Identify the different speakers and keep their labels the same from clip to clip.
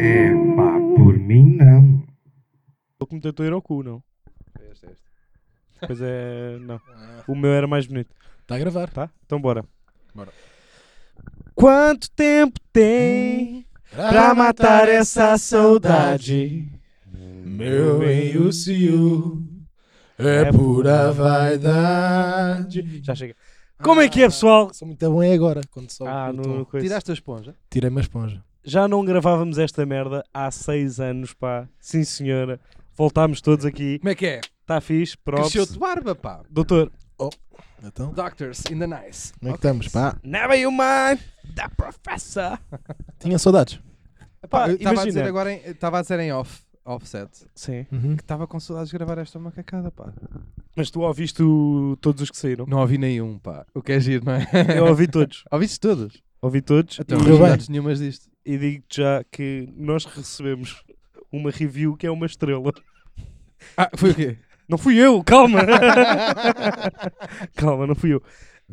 Speaker 1: É pá, por mim não.
Speaker 2: Estou com muita doer ao cu, não.
Speaker 3: É
Speaker 4: Este, este.
Speaker 2: Pois é, não.
Speaker 4: Ah,
Speaker 2: O meu era mais bonito,
Speaker 4: Está a gravar.
Speaker 2: tá? Então bora.
Speaker 4: Bora.
Speaker 2: Quanto tempo tem pra matar essa saudade?
Speaker 4: é Meu enúcio é pura vaidade.
Speaker 2: Já chega. Como é que é,
Speaker 3: Ah.
Speaker 2: pessoal?
Speaker 4: Sou muito bom é agora, quando só
Speaker 2: Ah,
Speaker 4: o
Speaker 2: no,
Speaker 4: tom.
Speaker 2: coisa.
Speaker 3: Tiraste a esponja?
Speaker 4: Tirei uma esponja.
Speaker 2: Já não gravávamos esta merda há seis anos, pá. Sim, senhora. Voltámos todos aqui.
Speaker 3: Como é que é?
Speaker 2: Está fixe, props.
Speaker 3: Cresceu-te barba, pá.
Speaker 2: Doutor,
Speaker 4: Então,
Speaker 3: Doctors in the nice.
Speaker 4: como é que estamos? Pá,
Speaker 2: never you mind, da professor.
Speaker 4: tinha saudades.
Speaker 2: Pá,
Speaker 3: eu estava a
Speaker 2: imagina.
Speaker 3: dizer agora, em- estava a dizer em off, offset,
Speaker 2: Sim.
Speaker 4: Uhum.
Speaker 3: que estava com saudades de gravar esta macacada, pá.
Speaker 2: Mas tu ouviste o- todos os que saíram?
Speaker 3: Não ouvi nenhum, pá. O que é giro, não é?
Speaker 2: Eu ouvi todos.
Speaker 3: Ouviste todos?
Speaker 2: Ouvi todos.
Speaker 3: Então,
Speaker 4: Correu
Speaker 3: não
Speaker 4: bem.
Speaker 3: saudades nenhumas disto.
Speaker 2: E digo-te já que nós recebemos uma review que é uma estrela.
Speaker 3: Ah, foi o quê?
Speaker 2: Não fui eu, calma! calma, não fui eu.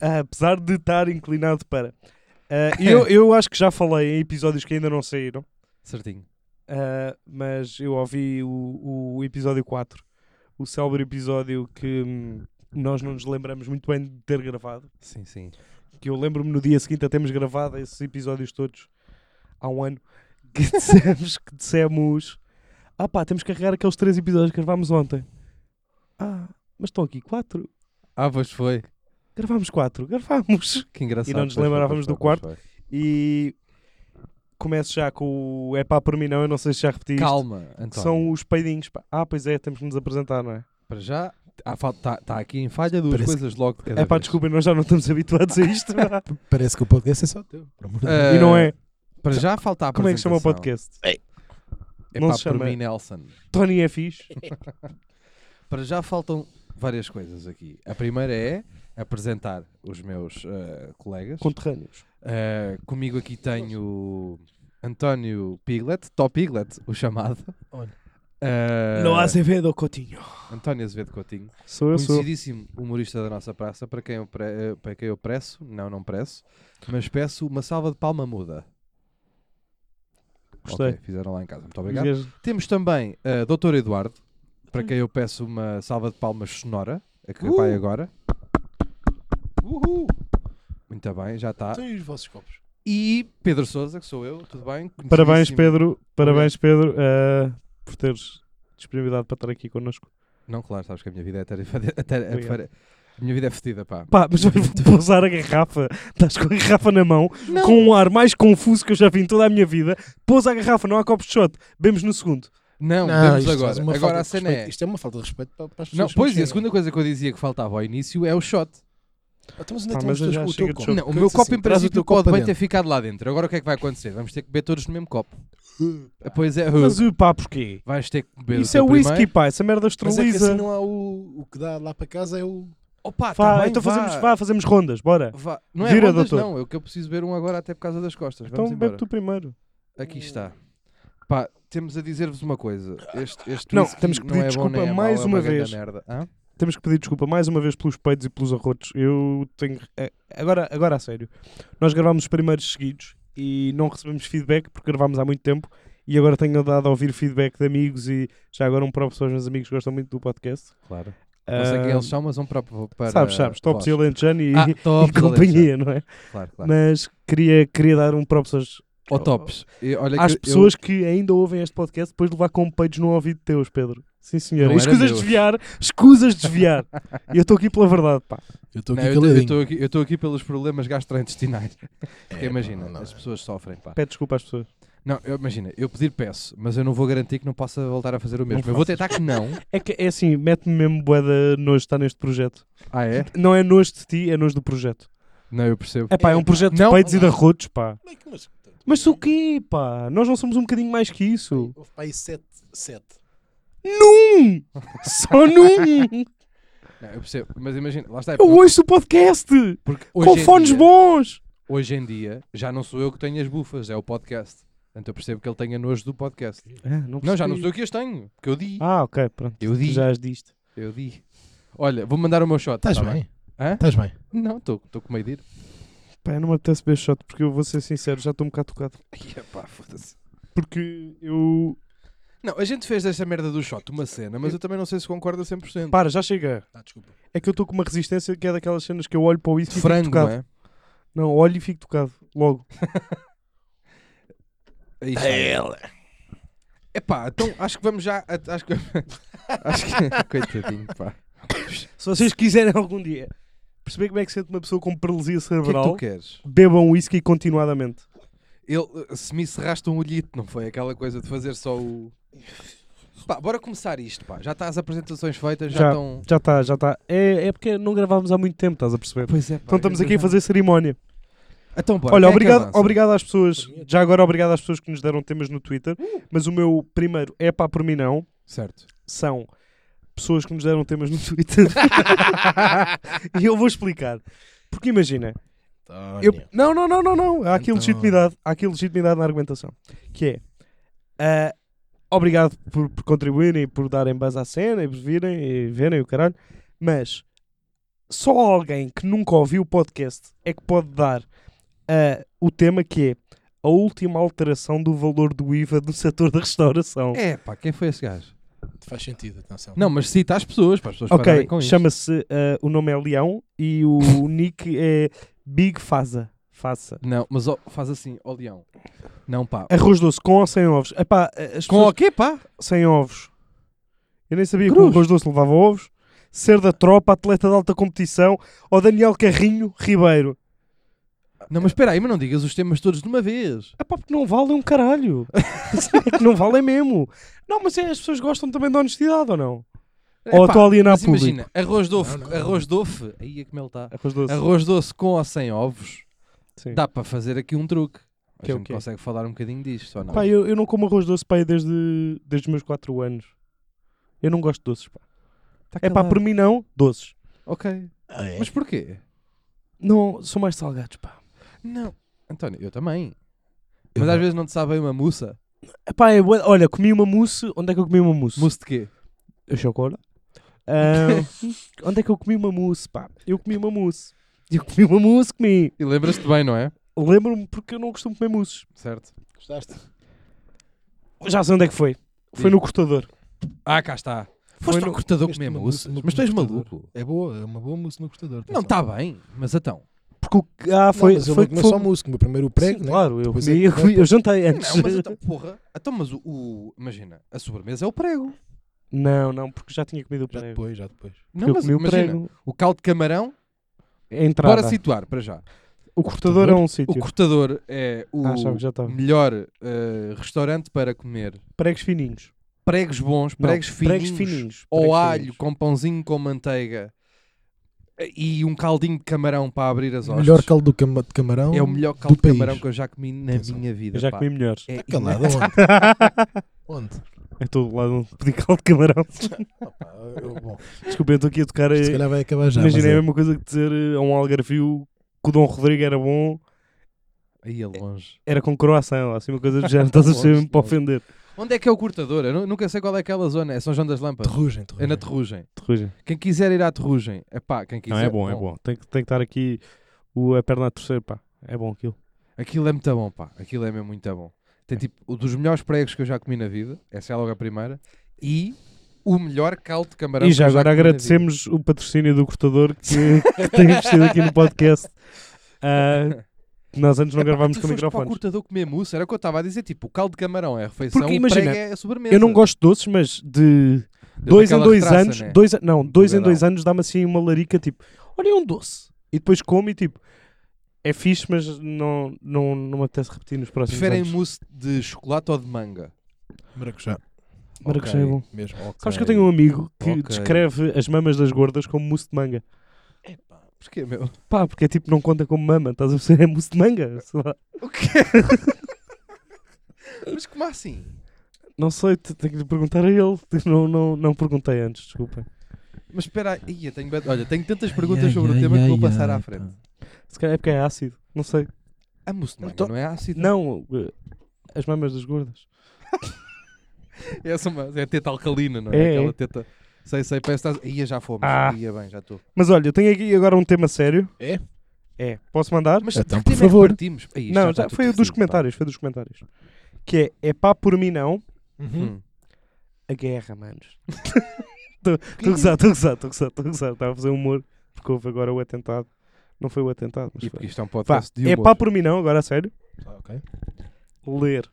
Speaker 2: Ah, apesar de estar inclinado para. Ah, e eu, eu acho que já falei em episódios que ainda não saíram,
Speaker 3: Certinho.
Speaker 2: ah, mas eu ouvi o, o episódio 4, o célebre episódio que hum, nós não nos lembramos muito bem de ter gravado.
Speaker 3: Sim, sim.
Speaker 2: Que eu lembro-me no dia seguinte a termos gravado esses episódios todos há um ano. Que dissemos, que dissemos, ah pá, temos que carregar aqueles três episódios que gravámos ontem. Ah, mas estão aqui quatro.
Speaker 3: Ah, pois foi.
Speaker 2: Gravámos quatro, gravámos.
Speaker 3: Que engraçado.
Speaker 2: E não nos
Speaker 3: Pois foi,
Speaker 2: lembrávamos
Speaker 3: pois foi,
Speaker 2: do
Speaker 3: pois foi.
Speaker 2: E começo já com o é pá por mim não, eu não sei se já repeti isto.
Speaker 3: Calma,
Speaker 2: Que
Speaker 3: António.
Speaker 2: são os peidinhos. pá. Ah, pois é, temos que nos apresentar, não é?
Speaker 3: Para já, está tá aqui em falha duas
Speaker 4: Parece
Speaker 3: coisas logo de cada
Speaker 2: É pá,
Speaker 3: vez.
Speaker 2: desculpem, nós já não estamos habituados a isto. pá.
Speaker 4: Parece que o podcast é só teu. por amor de Deus.
Speaker 2: e não é.
Speaker 3: Para já falta a
Speaker 2: Como é que se chama o
Speaker 3: apresentação.
Speaker 2: podcast?
Speaker 3: É
Speaker 2: Não
Speaker 3: pá,
Speaker 2: se chama.
Speaker 3: por mim, Nelson.
Speaker 2: Tony é fixe.
Speaker 3: Para já faltam várias coisas aqui. A primeira é apresentar os meus eh, colegas.
Speaker 2: Conterrâneos.
Speaker 3: Eh, comigo aqui tenho António Piglet, Top Piglet, o chamado.
Speaker 4: Olha.
Speaker 3: Eh,
Speaker 2: Azevedo Coutinho.
Speaker 3: António Azevedo Coutinho,
Speaker 2: Sou assim- eu, sou.
Speaker 3: conhecidíssimo humorista da nossa praça, para quem, eu pre- eh, para quem eu preço, não, não preço, mas peço uma salva de palma muda.
Speaker 2: Gostei.
Speaker 3: Ok, fizeram lá em casa, muito obrigado. Temos também uh, Dr. Eduardo, para quem eu peço uma salva de palmas sonora, a que vai agora.
Speaker 4: Uhul.
Speaker 3: Muito bem, já está.
Speaker 4: Tem os vossos copos.
Speaker 3: E Pedro Souza, que sou eu, tudo bem?
Speaker 2: Parabéns,
Speaker 3: Conhecidíssimo-
Speaker 2: Pedro. Parabéns, Pedro, ah, por teres disponibilidade para estar aqui connosco.
Speaker 3: Não, claro, sabes que a minha vida é tarifada. a tar- a
Speaker 2: Obrigado.
Speaker 3: A minha vida é fedida, pá.
Speaker 2: Pá, mas vais pousar a garrafa. Estás com a garrafa na mão, com um ar mais confuso que eu já vi em toda a minha vida. Pousa a garrafa, não há copos de shot. Bebemos no segundo.
Speaker 3: Não,
Speaker 4: isto
Speaker 3: vemos
Speaker 4: faz
Speaker 3: agora.
Speaker 4: uma falta
Speaker 3: Agora a
Speaker 4: de
Speaker 3: cena
Speaker 4: respeito. um
Speaker 3: é.
Speaker 4: Isto é uma falta de respeito para, para as pessoas.
Speaker 3: Não,
Speaker 4: que
Speaker 3: pois, e a
Speaker 4: chegam.
Speaker 3: segunda coisa que eu dizia que faltava ao início é o shot.
Speaker 4: Então, mas onde é
Speaker 2: Pá,
Speaker 4: que
Speaker 2: mas
Speaker 4: temos
Speaker 2: eu já
Speaker 4: o
Speaker 2: chega
Speaker 4: teu
Speaker 2: de
Speaker 4: copo?
Speaker 2: jogo.
Speaker 3: Não, o
Speaker 4: Eu
Speaker 3: meu
Speaker 4: disse
Speaker 3: copo
Speaker 4: assim,
Speaker 3: em
Speaker 4: traz o
Speaker 3: princípio
Speaker 4: teu
Speaker 3: pode
Speaker 4: copo
Speaker 3: bem
Speaker 4: para
Speaker 3: ter ficado lá dentro. Agora o que é que vai acontecer? Vamos ter que beber todos no mesmo copo.
Speaker 4: Ah,
Speaker 3: Pois é,
Speaker 2: Mas o pá, porquê?
Speaker 3: vais ter que beber
Speaker 2: Isso é
Speaker 3: o teu
Speaker 2: whisky,
Speaker 3: primeiro.
Speaker 2: pá. Essa merda
Speaker 4: Mas é que
Speaker 2: esteriliza.
Speaker 4: assim não há o, o que dá lá para casa é o.
Speaker 3: Opa, tá
Speaker 2: Vá,
Speaker 3: bem,
Speaker 2: então
Speaker 3: vá.
Speaker 2: fazemos, vá, fazemos rondas, bora.
Speaker 3: Vá. Não é
Speaker 2: Vira,
Speaker 3: rondas,
Speaker 2: doutor.
Speaker 3: não. É o que eu preciso ver um agora até por causa das costas. Vamos
Speaker 2: Então
Speaker 3: embora.
Speaker 2: bebe tu primeiro.
Speaker 3: Aqui está. Pá, temos a dizer-vos uma coisa. Este, este
Speaker 2: Não,
Speaker 3: whisky
Speaker 2: temos que pedir
Speaker 3: não é bom
Speaker 2: desculpa
Speaker 3: nem é mau,
Speaker 2: mais
Speaker 3: é
Speaker 2: uma
Speaker 3: grande
Speaker 2: vez.
Speaker 3: Merda. Hã?
Speaker 2: Temos que pedir desculpa mais uma vez pelos peitos e pelos arrotos. Eu tenho. eh, Agora, agora a sério. Nós gravámos os primeiros seguidos e não recebemos feedback porque gravámos há muito tempo e agora tenho dado a ouvir feedback de amigos e já agora um próprio para os meus amigos que gostam muito do podcast.
Speaker 3: Claro. Não sei quem
Speaker 2: Ah,
Speaker 3: eles são, mas um próprio para.
Speaker 2: Sabes, sabes, top
Speaker 3: vós.
Speaker 2: Silentjano e,
Speaker 3: Ah,
Speaker 2: e
Speaker 3: tops, Alexandre.
Speaker 2: companhia, não é?
Speaker 3: Claro, claro.
Speaker 2: Mas queria, queria dar um props aos,
Speaker 3: Ou tops. E olha
Speaker 2: às
Speaker 3: É que eu-
Speaker 2: pessoas que ainda ouvem este podcast depois de levar com peitos no ouvido teus, Pedro. Sim, senhor.
Speaker 3: Não
Speaker 2: E
Speaker 3: era
Speaker 2: Escusas de
Speaker 3: meus.
Speaker 2: desviar, escusas de desviar. E eu estou aqui pela verdade, pá.
Speaker 4: Eu estou
Speaker 3: Não,
Speaker 4: aqui
Speaker 3: eu tô- eu
Speaker 4: caladinho.
Speaker 3: estou aqui, eu tô aqui pelos problemas gastrointestinais. Porque
Speaker 4: É,
Speaker 3: imagina,
Speaker 4: não, não,
Speaker 3: as
Speaker 4: não.
Speaker 3: pessoas sofrem, pá.
Speaker 2: Pede desculpa às pessoas.
Speaker 3: Não, eu- imagina, eu pedir peço, mas eu não vou garantir que não possa voltar a fazer o mesmo. Eu vou tentar que não.
Speaker 2: É que é assim, mete-me mesmo bué de nojo estar neste projeto.
Speaker 3: Ah, é?
Speaker 2: Não é nojo de ti, é nojo do projeto.
Speaker 3: Não, eu percebo.
Speaker 2: É pá, é um projeto de
Speaker 3: Não.
Speaker 2: peitos e de arrotos, pá.
Speaker 4: Como é que- Mas, portanto,
Speaker 2: Mas o quê, pá? Nós não somos um bocadinho mais que isso.
Speaker 4: Houve para aí 7. 7.
Speaker 2: Num! Só num!
Speaker 3: Não, eu percebo, mas imagina, lá está. é
Speaker 2: Eu
Speaker 3: porque-
Speaker 2: ouço o podcast!
Speaker 3: Porque
Speaker 2: Com
Speaker 3: em
Speaker 2: fones
Speaker 3: é dia-
Speaker 2: bons!
Speaker 3: Hoje em dia, já não sou eu que tenho as bufas, é o podcast. Portanto, eu percebo que ele tenha nojo do podcast.
Speaker 2: Ah, não,
Speaker 3: Não, já
Speaker 2: percebi.
Speaker 3: não sou eu que as tenho, porque eu di.
Speaker 2: Ah, ok, pronto.
Speaker 3: eu
Speaker 2: Tu
Speaker 3: di.
Speaker 2: já as diste.
Speaker 3: Eu di. Olha, vou mandar o meu shot.
Speaker 4: Estás
Speaker 3: tá
Speaker 4: bem?
Speaker 3: Hã?
Speaker 4: Estás bem?
Speaker 3: Não, estou com medo de ir.
Speaker 2: Pá, eu não me apetece beber shot porque eu vou ser sincero, já estou um bocado tocado. Porque eu.
Speaker 3: Não, a gente fez desta merda do shot uma cena, mas eu também não sei se concordo a 100%.
Speaker 2: Para, já chega.
Speaker 4: Ah, desculpa.
Speaker 2: É que eu estou com uma resistência que é daquelas cenas que eu olho para o isso e
Speaker 3: Frango,
Speaker 2: fico tocado.
Speaker 3: não é?
Speaker 2: Não, olho e fico tocado. Logo.
Speaker 3: É isso aí. Epá, então acho que vamos já. a- Acho que. acho que. Coitadinho, pá.
Speaker 2: Se vocês quiserem algum dia perceber como é que sente uma pessoa com paralisia
Speaker 3: O que é que
Speaker 2: cerebral,
Speaker 3: tu queres?
Speaker 2: bebam whisky continuadamente.
Speaker 3: Ele, se me serraste um olhito, não foi aquela coisa de fazer só o. Pá, bora começar isto, pá. Já está as apresentações feitas, já
Speaker 2: Já.
Speaker 3: estão.
Speaker 2: Já está, já está. É, é porque não gravámos há muito tempo, estás a perceber?
Speaker 3: Pois é, pá,
Speaker 2: Então estamos
Speaker 3: eu
Speaker 2: aqui a
Speaker 3: já-
Speaker 2: fazer cerimónia.
Speaker 3: Então, bora,
Speaker 2: Olha,
Speaker 3: quem é que
Speaker 2: obrigado,
Speaker 3: avança? é
Speaker 2: obrigado às pessoas. Já agora, obrigado às pessoas que nos deram temas no Twitter.
Speaker 3: Uh!
Speaker 2: Mas o meu primeiro é pá, por mim não.
Speaker 3: Certo.
Speaker 2: são pessoas que nos deram temas no Twitter. e eu vou explicar. Porque imagina, eu- não, não, não, não, não. Há aqui
Speaker 4: Então-
Speaker 2: legitimidade, há aqui legitimidade na argumentação, que é ah, obrigado por, por contribuírem, por darem base à cena e por virem e verem o caralho, mas só alguém que nunca ouviu o podcast é que pode dar ah, o tema que é a última alteração do valor do IVA do setor da restauração.
Speaker 3: É, pá, quem foi esse gajo?
Speaker 4: Faz sentido, atenção.
Speaker 3: Não, mas cita as pessoas, para as pessoas pararem
Speaker 2: Ok,
Speaker 3: com isto.
Speaker 2: chama-se. eh, o nome é Leão e o nick é Big Faza. Faça.
Speaker 3: Não, mas ó, faz assim, ó Leão. Não, pá.
Speaker 2: Arroz doce com ou sem ovos? Epá, eh, as
Speaker 3: Com
Speaker 2: pessoas-
Speaker 3: o quê, pá?
Speaker 2: Sem ovos. Eu nem sabia que
Speaker 3: Cruz.
Speaker 2: o arroz doce levava ovos. Ser da tropa, atleta de alta competição ou Daniel Carrinho Ribeiro.
Speaker 3: Não, mas espera aí, mas não digas os temas todos de uma vez.
Speaker 2: Ah pá, porque não vale um caralho. é que não vale mesmo. Não, mas é, as pessoas gostam também da honestidade ou não? ou
Speaker 3: Epá,
Speaker 2: estou ali na
Speaker 3: É, mas
Speaker 2: público?
Speaker 3: imagina, arroz doce,
Speaker 4: Não, não.
Speaker 3: arroz doce, aí é como ele está.
Speaker 2: Arroz doce.
Speaker 3: Arroz doce com ou sem ovos,
Speaker 2: Sim.
Speaker 3: dá para fazer aqui um truque. A
Speaker 2: Que é o
Speaker 3: gente
Speaker 2: quê?
Speaker 3: consegue falar um bocadinho disto, ou não?
Speaker 2: Pá, eu, eu não como arroz doce pá, aí desde, desde os meus 4 anos. Eu não gosto de doces, pá.
Speaker 3: Tá
Speaker 2: É pá,
Speaker 3: calado.
Speaker 2: por mim não, doces.
Speaker 3: Ok,
Speaker 4: Ah, é?
Speaker 3: mas porquê?
Speaker 2: Não, são mais salgados, pá.
Speaker 3: Não. António, eu também. Mas às vezes não te sabe bem uma mousse.
Speaker 2: Epá, é bué- olha, comi uma mousse. Onde é que eu comi uma mousse?
Speaker 3: Mousse de quê?
Speaker 2: Eu chocolate. Ah, onde é que eu comi uma mousse, pá? Eu comi uma mousse. Eu comi uma mousse, comi.
Speaker 3: E lembras-te bem, não é?
Speaker 2: Lembro-me porque eu não costumo comer mousses.
Speaker 3: Certo.
Speaker 4: Gostaste?
Speaker 2: Já sei onde é que foi. Foi
Speaker 3: Diz.
Speaker 2: no cortador.
Speaker 3: Ah, cá está.
Speaker 2: Foi
Speaker 3: Foste
Speaker 2: no-
Speaker 3: ao cortador
Speaker 4: Este
Speaker 3: comer
Speaker 4: maluco
Speaker 3: mousse.
Speaker 4: no
Speaker 3: Mas tu és
Speaker 4: computador.
Speaker 3: maluco.
Speaker 4: É boa, é uma boa mousse no cortador.
Speaker 3: Não, tá,
Speaker 4: atenção.
Speaker 3: está bem. Mas então.
Speaker 2: Porque o- ah,
Speaker 4: Não,
Speaker 2: foi,
Speaker 4: mas
Speaker 2: foi,
Speaker 4: ele não
Speaker 2: foi-
Speaker 4: só mousse, comeu primeiro o prego,
Speaker 2: Sim,
Speaker 4: né?
Speaker 2: Claro, eu
Speaker 4: Depois
Speaker 2: comi,
Speaker 4: é
Speaker 2: eu,
Speaker 4: que-
Speaker 2: comi- eu jantei antes.
Speaker 3: Não, mas então, porra. Então, mas o, o- Imagina, a sobremesa é o prego.
Speaker 2: não, não, porque já tinha comido o
Speaker 4: Já
Speaker 2: prego.
Speaker 4: depois, já depois.
Speaker 3: Não,
Speaker 2: eu
Speaker 3: mas
Speaker 2: comi o
Speaker 3: imagina,
Speaker 2: prego.
Speaker 3: o caldo de camarão.
Speaker 2: A entrada.
Speaker 3: Bora situar para já.
Speaker 2: O cortador é um sítio.
Speaker 3: O cortador é o
Speaker 2: Ah, achava que já estava.
Speaker 3: melhor eh, restaurante para comer
Speaker 2: Pregos fininhos.
Speaker 3: pregos bons,
Speaker 2: Não,
Speaker 3: pregos fininhos,
Speaker 2: Pregos fininhos.
Speaker 3: ou
Speaker 2: pregos
Speaker 3: alho
Speaker 2: fininhos.
Speaker 3: com pãozinho com manteiga e um caldinho de camarão para abrir as hostes.
Speaker 4: Melhor caldo do cama- de camarão.
Speaker 3: é o melhor caldo de
Speaker 4: país.
Speaker 3: camarão que eu já comi na
Speaker 4: Atenção.
Speaker 3: minha vida.
Speaker 2: Eu já
Speaker 3: pá.
Speaker 2: comi melhores.
Speaker 4: Tá
Speaker 3: É
Speaker 4: calado,
Speaker 3: ina-
Speaker 4: onde? Onde?
Speaker 2: É todo lado um pedical de camarão.
Speaker 4: Opa, eu- bom,
Speaker 2: Desculpa, eu estou aqui a tocar.
Speaker 4: isto se
Speaker 2: eh,
Speaker 4: calhar vai acabar já.
Speaker 2: Imagina, é a
Speaker 4: mas
Speaker 2: mesma coisa que dizer eh, a um algarvio que o Dom Rodrigo era bom,
Speaker 3: Aí é longe.
Speaker 2: era com croação, ou assim, uma coisa do género. Estás a perceber mesmo para
Speaker 4: Longe,
Speaker 2: ofender.
Speaker 3: Onde é que é o cortador? Eu nu- nunca sei qual é aquela zona. É São João das Lâmpadas.
Speaker 4: Terrugem,
Speaker 3: É
Speaker 4: terrugem.
Speaker 3: na Terrugem.
Speaker 2: Terrugem.
Speaker 3: Quem quiser ir à Terrugem, é pá, quem quiser.
Speaker 2: Não, é bom, é bom. Tem que, tem que estar aqui o, a perna a torcer, pá. É bom aquilo.
Speaker 3: Aquilo é muito bom, pá. Aquilo é mesmo muito bom. Tem tipo um dos melhores pregos que eu já comi na vida. Essa é logo a primeira. E o melhor caldo de camarão.
Speaker 2: e
Speaker 3: que
Speaker 2: já
Speaker 3: eu
Speaker 2: agora
Speaker 3: comi na vida.
Speaker 2: agradecemos o patrocínio do cortador que, que tem investido aqui no podcast. Ah, nós antes não
Speaker 3: Epá,
Speaker 2: gravámos
Speaker 3: É tu
Speaker 2: com
Speaker 3: foste para o
Speaker 2: microfones.
Speaker 3: cortador comer mousse, era o que eu estava a dizer. Tipo, o caldo de camarão é a refeição,
Speaker 2: Porque
Speaker 3: o
Speaker 2: imagina,
Speaker 3: prego é a sobremesa.
Speaker 2: Eu não gosto de doces, mas de
Speaker 3: Deu
Speaker 2: dois em
Speaker 3: aquela
Speaker 2: dois
Speaker 3: retraça,
Speaker 2: anos,
Speaker 3: né?
Speaker 2: dois, a- não, dois em
Speaker 3: verão.
Speaker 2: dois anos dá-me assim uma larica, tipo, olha é um doce. E depois como e tipo, é fixe, mas não, não, não me apetece repetir nos próximos
Speaker 3: Preferem
Speaker 2: anos.
Speaker 3: mousse de chocolate ou de manga?
Speaker 4: Maracujá.
Speaker 2: Maracujá é
Speaker 3: Ok,
Speaker 2: bom.
Speaker 3: Mesmo.
Speaker 2: Sabes que eu tenho um amigo que
Speaker 3: Ok.
Speaker 2: descreve as mamas das gordas como mousse de manga.
Speaker 3: Porquê, meu?
Speaker 2: Pá, porque é tipo, não conta como mama, estás a perceber? É mousse de manga. sei lá.
Speaker 3: O quê? Mas como assim?
Speaker 2: Não sei, te- tenho que lhe perguntar a ele. Não, não, não perguntei antes, desculpa.
Speaker 3: Mas espera aí, Ia, tenho... bet- olha, tenho tantas perguntas sobre o tema que vou passar à frente.
Speaker 2: Se calhar é porque é ácido, não sei.
Speaker 3: A mousse de manga
Speaker 2: Então-
Speaker 3: não é ácido?
Speaker 2: Não, eh, as mamas das gordas.
Speaker 3: Essa mas é teta alcalina, não é?
Speaker 2: É, é.
Speaker 3: Aquela teta. Sei, sei, parece que estás. Ia, já fomos.
Speaker 2: Ah.
Speaker 3: Ia bem, já estou.
Speaker 2: Mas olha, eu tenho aqui agora um tema sério.
Speaker 4: É?
Speaker 2: É. Posso mandar?
Speaker 3: Mas
Speaker 4: Então,
Speaker 3: de que
Speaker 4: por
Speaker 3: tema é que
Speaker 4: favor.
Speaker 3: partimos? Aí, isto
Speaker 2: não,
Speaker 3: está
Speaker 2: já
Speaker 3: tudo
Speaker 2: foi o dos
Speaker 3: decidido, pá.
Speaker 2: comentários, foi dos comentários. Que é, é pá por mim não,
Speaker 4: Uhum.
Speaker 3: Hum.
Speaker 2: a guerra, manos. Estou a gozar, estou a gozar, estou a gozar, estou a gozar. Estava a fazer humor, porque houve agora o atentado. Não foi o atentado, mas
Speaker 3: E
Speaker 2: foi.
Speaker 3: porque isto é um
Speaker 2: Vá,
Speaker 3: podcast de
Speaker 2: é
Speaker 3: humor.
Speaker 2: pá por mim não, agora a sério,
Speaker 4: Ah, ok.
Speaker 2: ler.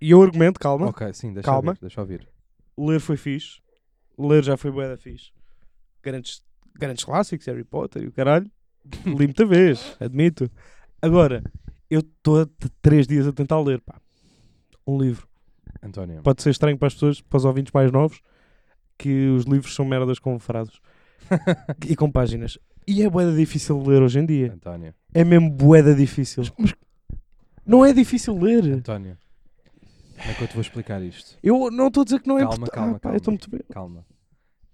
Speaker 2: E eu argumento, calma,
Speaker 3: Ok, sim, deixa
Speaker 2: Calma.
Speaker 3: ouvir, deixa ouvir.
Speaker 2: ler foi fixe, ler já foi bué da fixe. Grandes, grandes clássicos, Harry Potter e o caralho, li muita vez, admito. Agora, eu estou há t- três dias a tentar ler, pá. Um livro.
Speaker 3: António.
Speaker 2: pode ser estranho para as pessoas, para os ouvintes mais novos, que os livros são merdas com frases e com páginas. E é boeda difícil de ler hoje em dia.
Speaker 3: António.
Speaker 2: É mesmo boeda difícil. Não é difícil ler.
Speaker 3: António. Como é que eu te vou explicar isto?
Speaker 2: Eu não estou a dizer que não é
Speaker 3: Calma,
Speaker 2: import-
Speaker 3: calma,
Speaker 2: Ah, pá, eu estou
Speaker 3: calma.
Speaker 2: muito bem.
Speaker 3: Calma.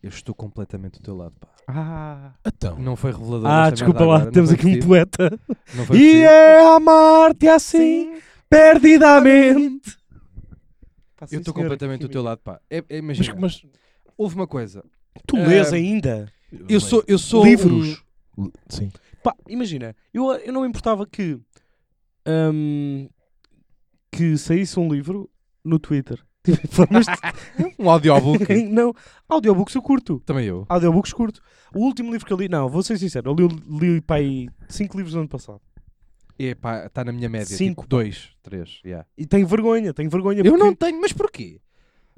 Speaker 3: Eu estou completamente do teu lado, pá.
Speaker 2: Ah,
Speaker 4: Então.
Speaker 3: Não foi revelador.
Speaker 2: Ah,
Speaker 3: esta
Speaker 2: desculpa
Speaker 3: merda
Speaker 2: lá,
Speaker 3: agora, não
Speaker 2: temos
Speaker 3: foi
Speaker 2: aqui um
Speaker 3: vestido,
Speaker 2: poeta.
Speaker 3: Não foi
Speaker 2: E
Speaker 3: vestido.
Speaker 2: é amar-te assim, perdidamente. Pá, sim,
Speaker 3: Eu estou
Speaker 2: senhor,
Speaker 3: completamente do
Speaker 2: que
Speaker 3: teu lado, pá. É, é,
Speaker 4: Mas,
Speaker 3: imagina,
Speaker 4: mas
Speaker 3: houve uma coisa.
Speaker 2: Tu lês
Speaker 3: Ah,
Speaker 2: ainda?
Speaker 3: Eu sou, eu sou um-
Speaker 2: Livros.
Speaker 4: Sim.
Speaker 2: Pá, imagina, eu, eu não me importava que, hum, que saísse um livro no Twitter. Tipo, formas de-
Speaker 3: Um, audiobook.
Speaker 2: não, audiobooks eu curto.
Speaker 3: Também eu.
Speaker 2: Audiobooks curto. O último livro que eu li, não, vou ser sincero, eu li, li para aí 5 livros no ano passado.
Speaker 3: É pá, está na minha média.
Speaker 2: Cinco,
Speaker 3: tipo, dois, três. yeah.
Speaker 2: E tenho vergonha, tenho vergonha.
Speaker 3: Eu
Speaker 2: porque-
Speaker 3: não tenho, mas porquê?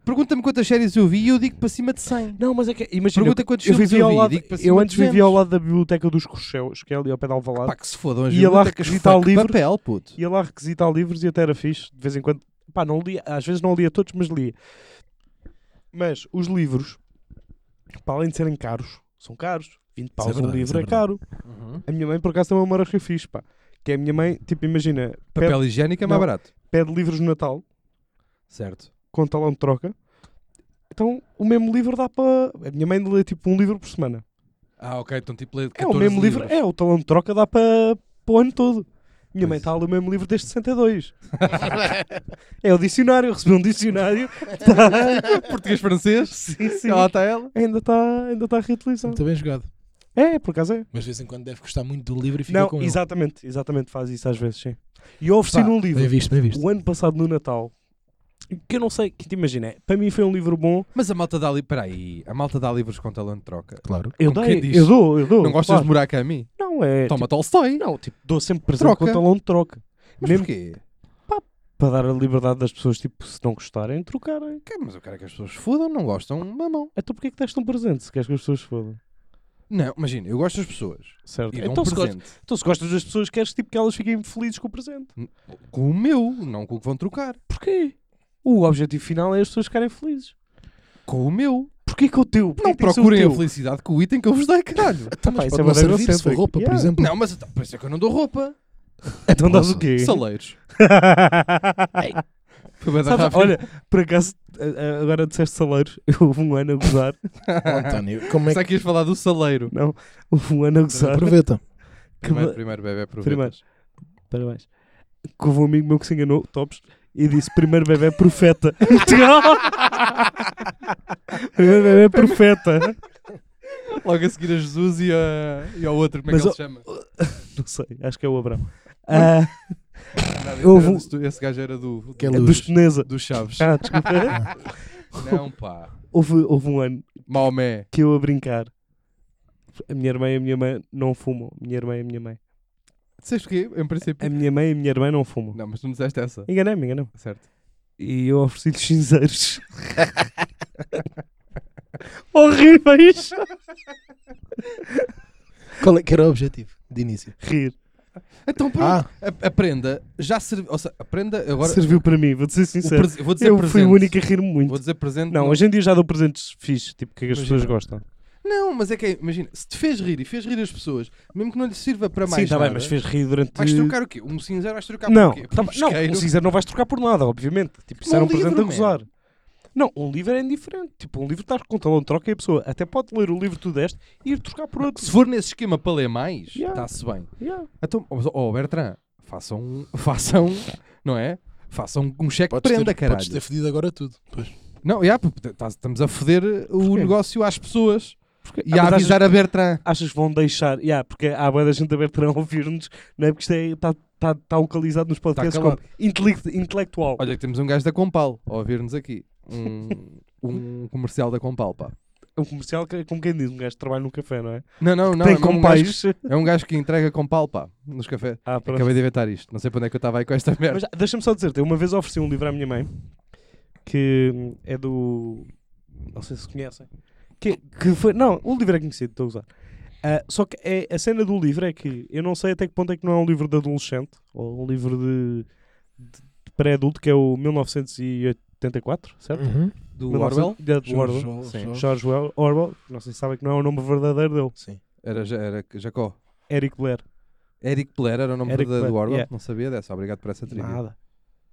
Speaker 3: Pergunta-me quantas séries eu vi e eu digo para cima de 100.
Speaker 2: Não, mas é que, imagina,
Speaker 3: Pergunta quantos
Speaker 2: eu, eu
Speaker 3: filmes
Speaker 2: vivia
Speaker 3: eu
Speaker 2: ao
Speaker 3: vi e
Speaker 2: lado,
Speaker 3: digo para cima
Speaker 2: eu
Speaker 3: de
Speaker 2: antes vivia
Speaker 3: 200.
Speaker 2: ao lado da biblioteca dos Corcheus, que é ali ao pé de Alvalade.
Speaker 3: Pá, que se fodam as
Speaker 2: Ia lá
Speaker 3: bibliotecas,
Speaker 2: requisitar
Speaker 3: fuck,
Speaker 2: livros.
Speaker 3: papel, puto.
Speaker 2: ia lá requisitar livros e até era fixe, de vez em quando. Pá, não lia, às vezes não lia todos, mas lia. Mas os livros, para além de serem caros, são caros. 20 paus
Speaker 4: verdade,
Speaker 2: um livro
Speaker 4: isso é
Speaker 2: é, caro.
Speaker 3: Uhum.
Speaker 2: A minha mãe, por acaso, tem uma marca fixe, pá. Que é a minha mãe, tipo, imagina, pede,
Speaker 3: Papel higiênico é mais
Speaker 2: Não.
Speaker 3: barato.
Speaker 2: pede livros no Natal,
Speaker 3: Certo.
Speaker 2: com talão de troca. Então, o mesmo livro dá para... A minha mãe lê, tipo, um livro por semana.
Speaker 3: Ah, ok, então tipo lê
Speaker 2: É o mesmo livro, é, o talão de troca dá para, para o ano todo. Minha mãe
Speaker 3: Pois.
Speaker 2: está a ler o mesmo livro desde 62. é o dicionário, eu recebi um dicionário. Tá.
Speaker 3: Português-francês?
Speaker 2: Sim, sim.
Speaker 3: Lá está ela.
Speaker 2: Ainda está ainda tá reutilizado.
Speaker 4: Muito bem jogado.
Speaker 2: É, por acaso é.
Speaker 4: Mas de vez em quando deve gostar muito do livro e fica
Speaker 2: Não,
Speaker 4: com ele.
Speaker 2: exatamente, exatamente, faz isso às vezes, sim. E eu
Speaker 4: Pá,
Speaker 2: ofereci-lhe um
Speaker 4: Bem
Speaker 2: livro,
Speaker 4: visto, bem visto.
Speaker 2: o ano passado no Natal, que eu não sei, que te imagina, é, para mim foi um livro bom.
Speaker 3: Mas a malta dá livros. Peraí, a malta dá livros com talão de troca.
Speaker 4: Claro.
Speaker 2: Eu,
Speaker 3: Como
Speaker 2: dei,
Speaker 3: quem diz.
Speaker 2: eu dou, eu dou.
Speaker 3: Não gostas de buraco a mim?
Speaker 2: de... Não, é...
Speaker 3: Toma Tolstói.
Speaker 2: tipo, não, tipo, dou sempre presente com
Speaker 3: Troca.
Speaker 2: o talão de troca.
Speaker 3: Mas
Speaker 2: Mesmo
Speaker 3: porquê?
Speaker 2: para dar a liberdade das pessoas, tipo, se não gostarem, trocarem.
Speaker 3: Que- Mas eu quero que as pessoas se fodam, não gostam, mamão.
Speaker 2: Então porquê é que deste um presente se queres que as pessoas se fodam?
Speaker 3: Não, imagina, eu gosto das pessoas.
Speaker 2: Certo.
Speaker 3: E dou
Speaker 2: Então,
Speaker 3: um
Speaker 2: se gostas,
Speaker 3: presente.
Speaker 2: então se gostas das pessoas, queres tipo que elas fiquem felizes com o presente.
Speaker 3: Com o meu, não com o que vão trocar.
Speaker 2: Porquê? O objetivo final é as pessoas ficarem felizes.
Speaker 3: Com o meu.
Speaker 2: Porquê que o teu? Porquê
Speaker 3: Não
Speaker 2: que tem que ser o
Speaker 3: procurem a
Speaker 2: teu?
Speaker 3: felicidade com o item que eu vos dei, caralho.
Speaker 4: Então,
Speaker 2: pá,
Speaker 4: mas
Speaker 2: isso
Speaker 4: pode
Speaker 2: é
Speaker 4: não
Speaker 2: bastante
Speaker 4: servir se for
Speaker 2: egocêntrico.
Speaker 4: roupa, por
Speaker 2: Yeah.
Speaker 4: exemplo.
Speaker 3: não, mas então, por isso é que eu não dou roupa.
Speaker 2: Então dás o
Speaker 4: Nossa,
Speaker 2: quê?
Speaker 3: Saleiros. Foi bem da
Speaker 2: Sabes,
Speaker 3: rápida.
Speaker 2: olha, por acaso, a- a- agora disseste saleiros, eu houve um ano a gozar.
Speaker 4: Oh, António, como é que...
Speaker 3: Será que ias falar do saleiro?
Speaker 2: Não, houve um ano a gozar.
Speaker 4: Aproveita.
Speaker 2: Que
Speaker 3: Primeiro,
Speaker 2: ba-
Speaker 3: primeiro bebê,
Speaker 2: Primeiro.
Speaker 3: aproveitas.
Speaker 2: Parabéns. Que houve um amigo meu que se enganou, tops, e disse: primeiro bebê profeta. Portugal! primeiro bebê profeta.
Speaker 3: Logo a seguir a Jesus e, a... e ao outro, como é
Speaker 2: Mas
Speaker 3: que ele
Speaker 2: o-
Speaker 3: se chama?
Speaker 2: Não sei, acho que é o Abrão. Ah,
Speaker 3: Nada,
Speaker 2: eu
Speaker 3: esse, era
Speaker 2: vou-
Speaker 3: do- esse gajo era do,
Speaker 4: Que é
Speaker 2: é
Speaker 4: luz.
Speaker 2: do Chinesa.
Speaker 3: do Chaves.
Speaker 2: Ah, desculpa.
Speaker 3: Não, pá.
Speaker 2: houve, houve um ano
Speaker 3: Maomé.
Speaker 2: que eu a brincar. A minha irmã e a minha mãe não fumam. Minha irmã e a minha mãe.
Speaker 3: Disseste o quê, em princípio?
Speaker 2: A minha mãe e a minha irmã não fumam.
Speaker 3: Não, mas tu não disseste essa.
Speaker 2: Enganei-me, enganei-me.
Speaker 3: Certo.
Speaker 2: E eu ofereci-lhes cinzeiros. Horríveis!
Speaker 4: Qual é que era o objetivo de início?
Speaker 2: Rir.
Speaker 3: Então pronto.
Speaker 4: Ah,
Speaker 3: A, a prenda já serviu. Ou seja, a prenda agora.
Speaker 2: Serviu para mim, vou ser
Speaker 3: o
Speaker 2: sincero.
Speaker 3: prese- Vou dizer
Speaker 2: é- Eu
Speaker 3: presente.
Speaker 2: fui o único a rir-me muito.
Speaker 3: Vou dizer presente.
Speaker 2: Não, hoje em dia já dou presentes fixe, tipo que as
Speaker 3: Imagina.
Speaker 2: pessoas gostam.
Speaker 3: Não, mas é que é- imagina, se te fez rir e fez rir as pessoas, mesmo que não lhe sirva para mais.
Speaker 2: Sim, está bem,
Speaker 3: nada,
Speaker 2: mas fez rir durante.
Speaker 3: Vais trocar o quê? Um cinzeiro vais trocar
Speaker 2: não,
Speaker 3: por quê? Por
Speaker 2: tá
Speaker 3: um
Speaker 2: bem- não, um
Speaker 3: isqueiro?
Speaker 2: cinzeiro não vais trocar por nada, obviamente. Tipo, isso
Speaker 3: Um
Speaker 2: era um
Speaker 3: livro,
Speaker 2: presente a
Speaker 3: man.
Speaker 2: gozar. Não, um livro é indiferente. Tipo, um livro estás com talão de troca e a pessoa até pode ler o livro que tu deste e ir trocar por outro.
Speaker 3: Se for nesse esquema para ler mais,
Speaker 2: Yeah.
Speaker 3: está-se bem.
Speaker 2: Yeah.
Speaker 3: Então, ó oh, Bertrand, façam um. Façam um. Não é? Façam um cheque de
Speaker 4: Podes
Speaker 3: prenda,
Speaker 4: ter,
Speaker 3: caralho.
Speaker 4: podes ter fedido agora tudo. Pois.
Speaker 3: Não, yeah, p- p- tá- estamos a foder o
Speaker 2: Porquê?
Speaker 3: negócio às pessoas
Speaker 2: Porque-
Speaker 3: e
Speaker 2: Ah,
Speaker 3: a
Speaker 2: mas
Speaker 3: avisar a Bertrand.
Speaker 2: achas, achas que vão deixar? Yeah, porque há boa da gente a Bertrand a ouvir-nos, não é? Porque isto está é, tá, tá localizado nos podcasts
Speaker 3: Tá
Speaker 2: como
Speaker 3: calado.
Speaker 2: intele- intelectual.
Speaker 3: Olha, que temos um gajo da Compal a ouvir-nos aqui. Um, um comercial da Compal, pá.
Speaker 2: É um comercial que é como quem diz, um gajo que trabalha num café, não é?
Speaker 3: Não, não, não.
Speaker 2: Tem
Speaker 3: é um gajo
Speaker 2: compais.
Speaker 3: que- É um gajo que entrega Compal, pá, nos cafés.
Speaker 2: Ah, pronto.
Speaker 3: Acabei de inventar isto. Não sei para onde é que eu estava aí com esta merda.
Speaker 2: Mas deixa-me só dizer-te, eu uma vez ofereci um livro à minha mãe que hum, é do. Não sei se conhecem. Que, que foi. Não, o livro é conhecido, estou a usar. Ah, só que é, a cena do livro é que eu não sei até que ponto é que não é um livro de adolescente ou um livro de, de- de pré-adulto, que é o 1984, certo?
Speaker 4: Uhum.
Speaker 3: Do
Speaker 2: 1900
Speaker 3: Orwell?
Speaker 2: de- de
Speaker 4: Jorge,
Speaker 2: Orwell.
Speaker 4: Jorge,
Speaker 3: Sim.
Speaker 4: Jorge.
Speaker 2: George Well- Orwell, não sei se sabem que não é o nome verdadeiro dele,
Speaker 4: Sim.
Speaker 3: Era, Ja- era Jacó.
Speaker 2: Eric Blair.
Speaker 3: Eric Blair era o nome
Speaker 2: Eric
Speaker 3: verdadeiro do
Speaker 2: Blair,
Speaker 3: Orwell.
Speaker 2: yeah.
Speaker 3: Não sabia dessa. Obrigado por essa trivia.
Speaker 2: Nada.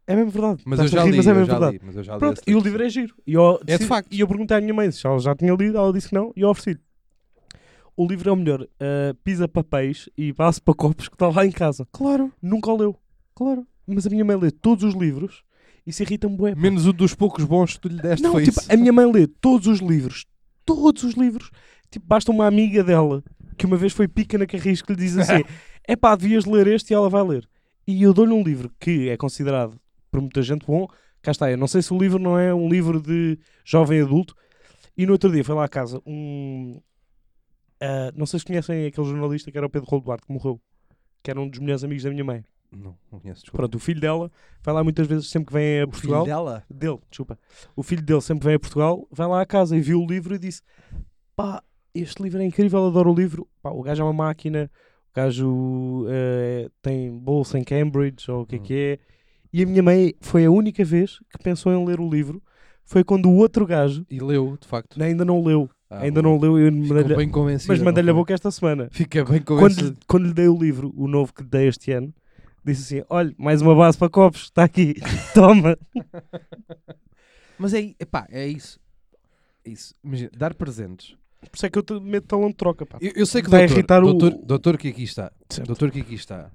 Speaker 2: É mesmo verdade.
Speaker 3: Mas eu
Speaker 2: Estás a
Speaker 3: já
Speaker 2: rir,
Speaker 3: li,
Speaker 2: mas é
Speaker 3: eu
Speaker 2: mesmo
Speaker 3: já
Speaker 2: verdade.
Speaker 3: li. Mas eu já li
Speaker 2: Pronto,
Speaker 3: esse
Speaker 2: e o
Speaker 3: livro.
Speaker 2: livro é giro. E eu,
Speaker 3: É de
Speaker 2: decidi-
Speaker 3: facto.
Speaker 2: E eu perguntei à minha mãe se ela já tinha lido, ela disse que não, e eu ofereci-lhe. O livro é o melhor. ah, pisa papéis e passo para copos que está lá em casa. Claro. Nunca o leu. Claro. Mas a minha mãe lê todos os livros e se irrita-me bué. pá.
Speaker 3: Menos um dos poucos bons que tu lhe deste
Speaker 2: Não,
Speaker 3: foi
Speaker 2: tipo,
Speaker 3: isso.
Speaker 2: a minha mãe lê todos os livros. Todos os livros. Tipo, basta uma amiga dela que uma vez foi pica na carris que lhe diz assim: é pá, devias ler este e ela vai ler. E eu dou-lhe um livro que é considerado por muita gente bom. Cá está, eu não sei se o livro não é um livro de jovem adulto. E no outro dia foi lá a casa um. ah, não sei se conhecem aquele jornalista que era o Pedro Roldbart que morreu, que era um dos melhores amigos da minha mãe.
Speaker 3: Não, não conheço, desculpa.
Speaker 2: Pronto, o filho dela vai lá muitas vezes, sempre que vem a
Speaker 3: O
Speaker 2: Portugal
Speaker 3: filho dela?
Speaker 2: dele, desculpa, o filho dele sempre vem a Portugal, vai lá à casa e viu o livro e disse: pá, este livro é incrível, adoro o livro. Pá, o gajo é uma máquina, o gajo eh, tem bolsa em Cambridge ou o que é
Speaker 3: Hum.
Speaker 2: que é. E a minha mãe foi a única vez que pensou em ler o livro, foi quando o outro gajo
Speaker 3: E leu, de facto.
Speaker 2: ainda não leu,
Speaker 3: Ah,
Speaker 2: ainda
Speaker 3: bom.
Speaker 2: não leu, eu
Speaker 3: Ficou
Speaker 2: mandei-lhe-
Speaker 3: bem convencida.
Speaker 2: mas
Speaker 3: não
Speaker 2: mandei-lhe a
Speaker 3: foi?
Speaker 2: boca esta semana.
Speaker 3: Fica bem
Speaker 2: Quando
Speaker 3: convencida.
Speaker 2: lhe, quando lhe dei o livro, o novo que lhe dei este ano, disse assim: olha, mais uma base para copos, está aqui, toma.
Speaker 3: Mas é, epá, é isso. É isso. Imagina, dar presentes.
Speaker 2: Por isso é que eu te meto talão de troca, pá.
Speaker 3: Eu, eu sei que o
Speaker 2: Vai
Speaker 3: doutor,
Speaker 2: irritar o-
Speaker 3: doutor, doutor que aqui está.
Speaker 2: Certo.
Speaker 3: Doutor que aqui está.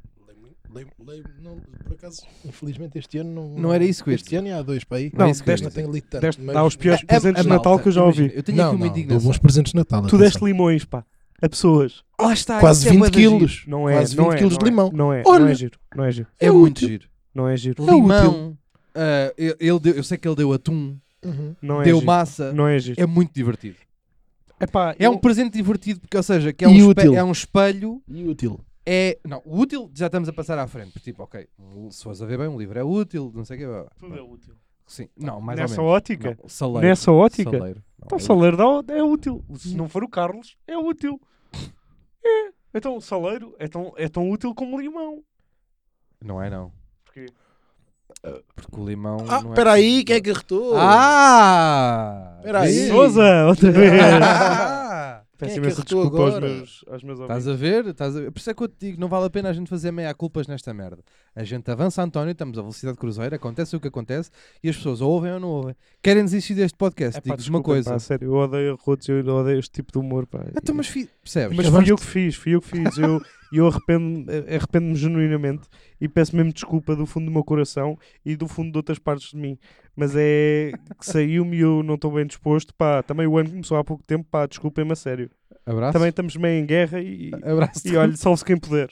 Speaker 4: Leio- leio- não, por acaso, infelizmente este ano não.
Speaker 3: Não era isso que eu ia
Speaker 4: Este ano e há dois para aí.
Speaker 3: Não,
Speaker 4: Não, isso que eu
Speaker 3: deste-
Speaker 4: não tenho lido tanto.
Speaker 2: deste-
Speaker 4: mas-
Speaker 2: dá os piores
Speaker 4: É- é-
Speaker 2: presentes de
Speaker 4: malta,
Speaker 2: Natal que eu já ouvi.
Speaker 3: imagina, Eu tenho
Speaker 4: não,
Speaker 3: aqui uma
Speaker 4: não, dou
Speaker 3: indignação.
Speaker 4: bons presentes de Natal.
Speaker 2: Tu
Speaker 4: atenção.
Speaker 2: deste limões, pá, a pessoas.
Speaker 3: Lá está,
Speaker 4: quase
Speaker 3: isso é bué
Speaker 4: 20
Speaker 3: da giro.
Speaker 4: quilos.
Speaker 2: Não é,
Speaker 4: Quase
Speaker 2: não
Speaker 4: 20
Speaker 2: é,
Speaker 4: quilos
Speaker 2: não
Speaker 4: de
Speaker 2: é,
Speaker 4: limão.
Speaker 2: Não é, não é
Speaker 4: Olha.
Speaker 2: giro, não é giro,
Speaker 3: É
Speaker 4: É
Speaker 3: muito
Speaker 4: útil.
Speaker 3: giro.
Speaker 2: não é giro,
Speaker 4: É útil.
Speaker 3: Limão. ah, ele- ele deu- eu sei que ele deu atum,
Speaker 4: Uhum.
Speaker 2: não é
Speaker 3: deu
Speaker 2: giro.
Speaker 3: massa.
Speaker 2: Não é giro.
Speaker 3: É muito divertido.
Speaker 2: Epá,
Speaker 3: É um
Speaker 2: eu-
Speaker 3: presente divertido, porque, ou seja, que é
Speaker 4: E
Speaker 3: um, espe-
Speaker 4: útil.
Speaker 3: é um espelho
Speaker 4: E útil.
Speaker 3: é. Não, o útil já estamos a passar à frente. Tipo, ok, um- se fores a ver bem, um livro é útil, não sei o que. Blá, blá. Sim, não, mais
Speaker 2: Nessa
Speaker 3: ou menos.
Speaker 2: ótica?
Speaker 3: Não, saleiro.
Speaker 2: Nessa ótica?
Speaker 3: Saleiro. Não,
Speaker 2: Pá,
Speaker 3: é
Speaker 2: o saleiro dá- é útil. Se não for o Carlos, é útil. É. Então, o saleiro é tão, é tão útil como limão.
Speaker 3: útil. Não é, não.
Speaker 2: Porquê?
Speaker 3: Porque o limão.
Speaker 4: Ah,
Speaker 3: não é
Speaker 4: espera aí,
Speaker 3: preciso-
Speaker 4: quem é que retou?
Speaker 3: Ah!
Speaker 4: Espera aí.
Speaker 2: Sousa,
Speaker 4: é
Speaker 2: outra vez.
Speaker 3: Ah!
Speaker 4: Quem é
Speaker 2: Peço
Speaker 4: que
Speaker 2: imensa
Speaker 4: arrotou
Speaker 2: desculpa aos
Speaker 4: agora?
Speaker 2: meus, aos meus
Speaker 3: Estás
Speaker 2: amigos.
Speaker 3: a ver? Estás a ver? Por isso é que eu te digo, não vale a pena a gente fazer meia-culpas nesta merda. A gente avança, António, estamos à velocidade cruzeira, acontece o que acontece e as pessoas ou ouvem ou não ouvem. Querem desistir deste podcast,
Speaker 2: Epá,
Speaker 3: digo-vos uma
Speaker 2: desculpa,
Speaker 3: coisa.
Speaker 2: É pá, sério, eu odeio arrotos, eu odeio este tipo de humor. Pá.
Speaker 3: Então, mas fi- percebes?
Speaker 2: Mas fui eu que fiz, fui eu que fiz. Eu, eu arrependo-me arrependo genuinamente e peço mesmo desculpa do fundo do meu coração e do fundo de outras partes de mim. Mas é que saiu-me e eu não estou bem disposto. Pá, também o ano começou há pouco tempo, pá, desculpem-me a sério.
Speaker 3: Abraço.
Speaker 2: Também estamos meio em guerra e,
Speaker 3: Abraço.
Speaker 2: e olha, salve-se quem puder.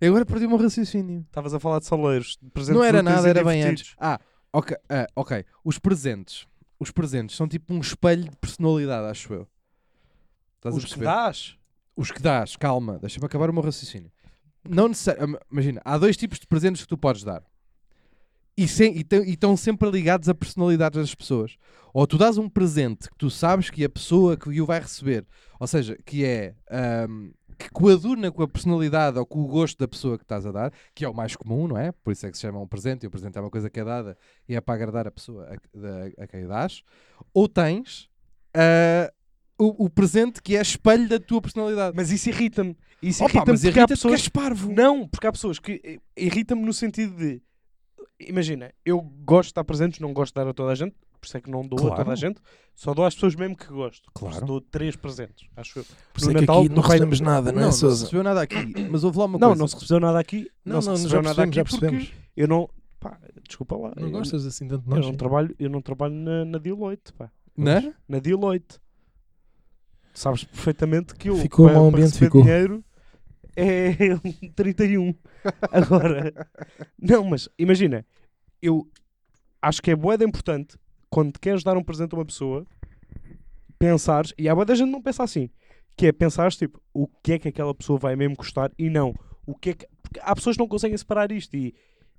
Speaker 3: Eu agora perdi o meu raciocínio.
Speaker 2: Estavas a falar de saleiros. de presentes
Speaker 3: Não era
Speaker 2: úteis
Speaker 3: nada,
Speaker 2: e
Speaker 3: era bem
Speaker 2: divertidos.
Speaker 3: antes. Ah, ok. ah, ok. Os presentes. Os presentes são tipo um espelho de personalidade, acho eu. Estás a
Speaker 2: Os que
Speaker 3: perceber?
Speaker 2: dás?
Speaker 3: Os que dás, calma, deixa-me acabar o meu raciocínio. Não necessariamente. Imagina, há dois tipos de presentes que tu podes dar. E, sem, e, tão- e estão sempre ligados à personalidade das pessoas. Ou tu dás um presente que tu sabes que a pessoa que o vai receber, ou seja, que é ahm, que coaduna com a personalidade ou com o gosto da pessoa que estás a dar, que é o mais comum, não é? Por isso é que se chama um presente, e o presente é uma coisa que é dada e é para agradar a pessoa a, da- a quem o dás. Ou tens ah, o, o presente que é espelho da tua personalidade.
Speaker 2: Mas isso irrita-me. Isso
Speaker 3: Opa,
Speaker 2: irrita-me
Speaker 3: mas
Speaker 2: porque há
Speaker 3: irrita-te
Speaker 2: pessoas
Speaker 3: que és parvo.
Speaker 2: Não, porque há pessoas que eh, irrita-me no sentido de imagina, eu gosto de estar presentes, não gosto de dar a toda a gente, por isso é que não dou a
Speaker 3: Claro.
Speaker 2: toda a gente, só dou às pessoas mesmo que gosto. Por isso
Speaker 3: Claro.
Speaker 2: Dou três presentes, acho eu.
Speaker 4: Por
Speaker 2: No
Speaker 4: isso é que
Speaker 2: Natal
Speaker 4: aqui não
Speaker 2: vai-
Speaker 4: recebemos nada, não é,
Speaker 3: se
Speaker 4: Sousa?
Speaker 3: recebeu nada aqui, mas houve lá uma
Speaker 2: Não,
Speaker 3: coisa.
Speaker 2: não se recebeu nada aqui, não, se recebeu nada aqui
Speaker 4: já
Speaker 2: porque
Speaker 4: percebemos.
Speaker 2: eu não. Pá, desculpa lá.
Speaker 4: Não
Speaker 2: eu,
Speaker 4: gostas assim tanto de
Speaker 2: eu
Speaker 4: nós?
Speaker 2: não é trabalho, eu não trabalho na, na Deloitte, pá.
Speaker 3: Né?
Speaker 2: Na Deloitte. Tu sabes perfeitamente que eu
Speaker 4: Ficou
Speaker 2: para,
Speaker 4: mau
Speaker 2: para
Speaker 4: ambiente,
Speaker 2: receber
Speaker 4: ficou.
Speaker 2: dinheiro é um 31. Agora, não, mas imagina, eu acho que é boeda importante quando queres dar um presente a uma pessoa pensares, e há boeda gente que não pensa assim, que é pensares tipo, o que é que aquela pessoa vai mesmo custar e não, o que é que, porque há pessoas que não conseguem separar isto e,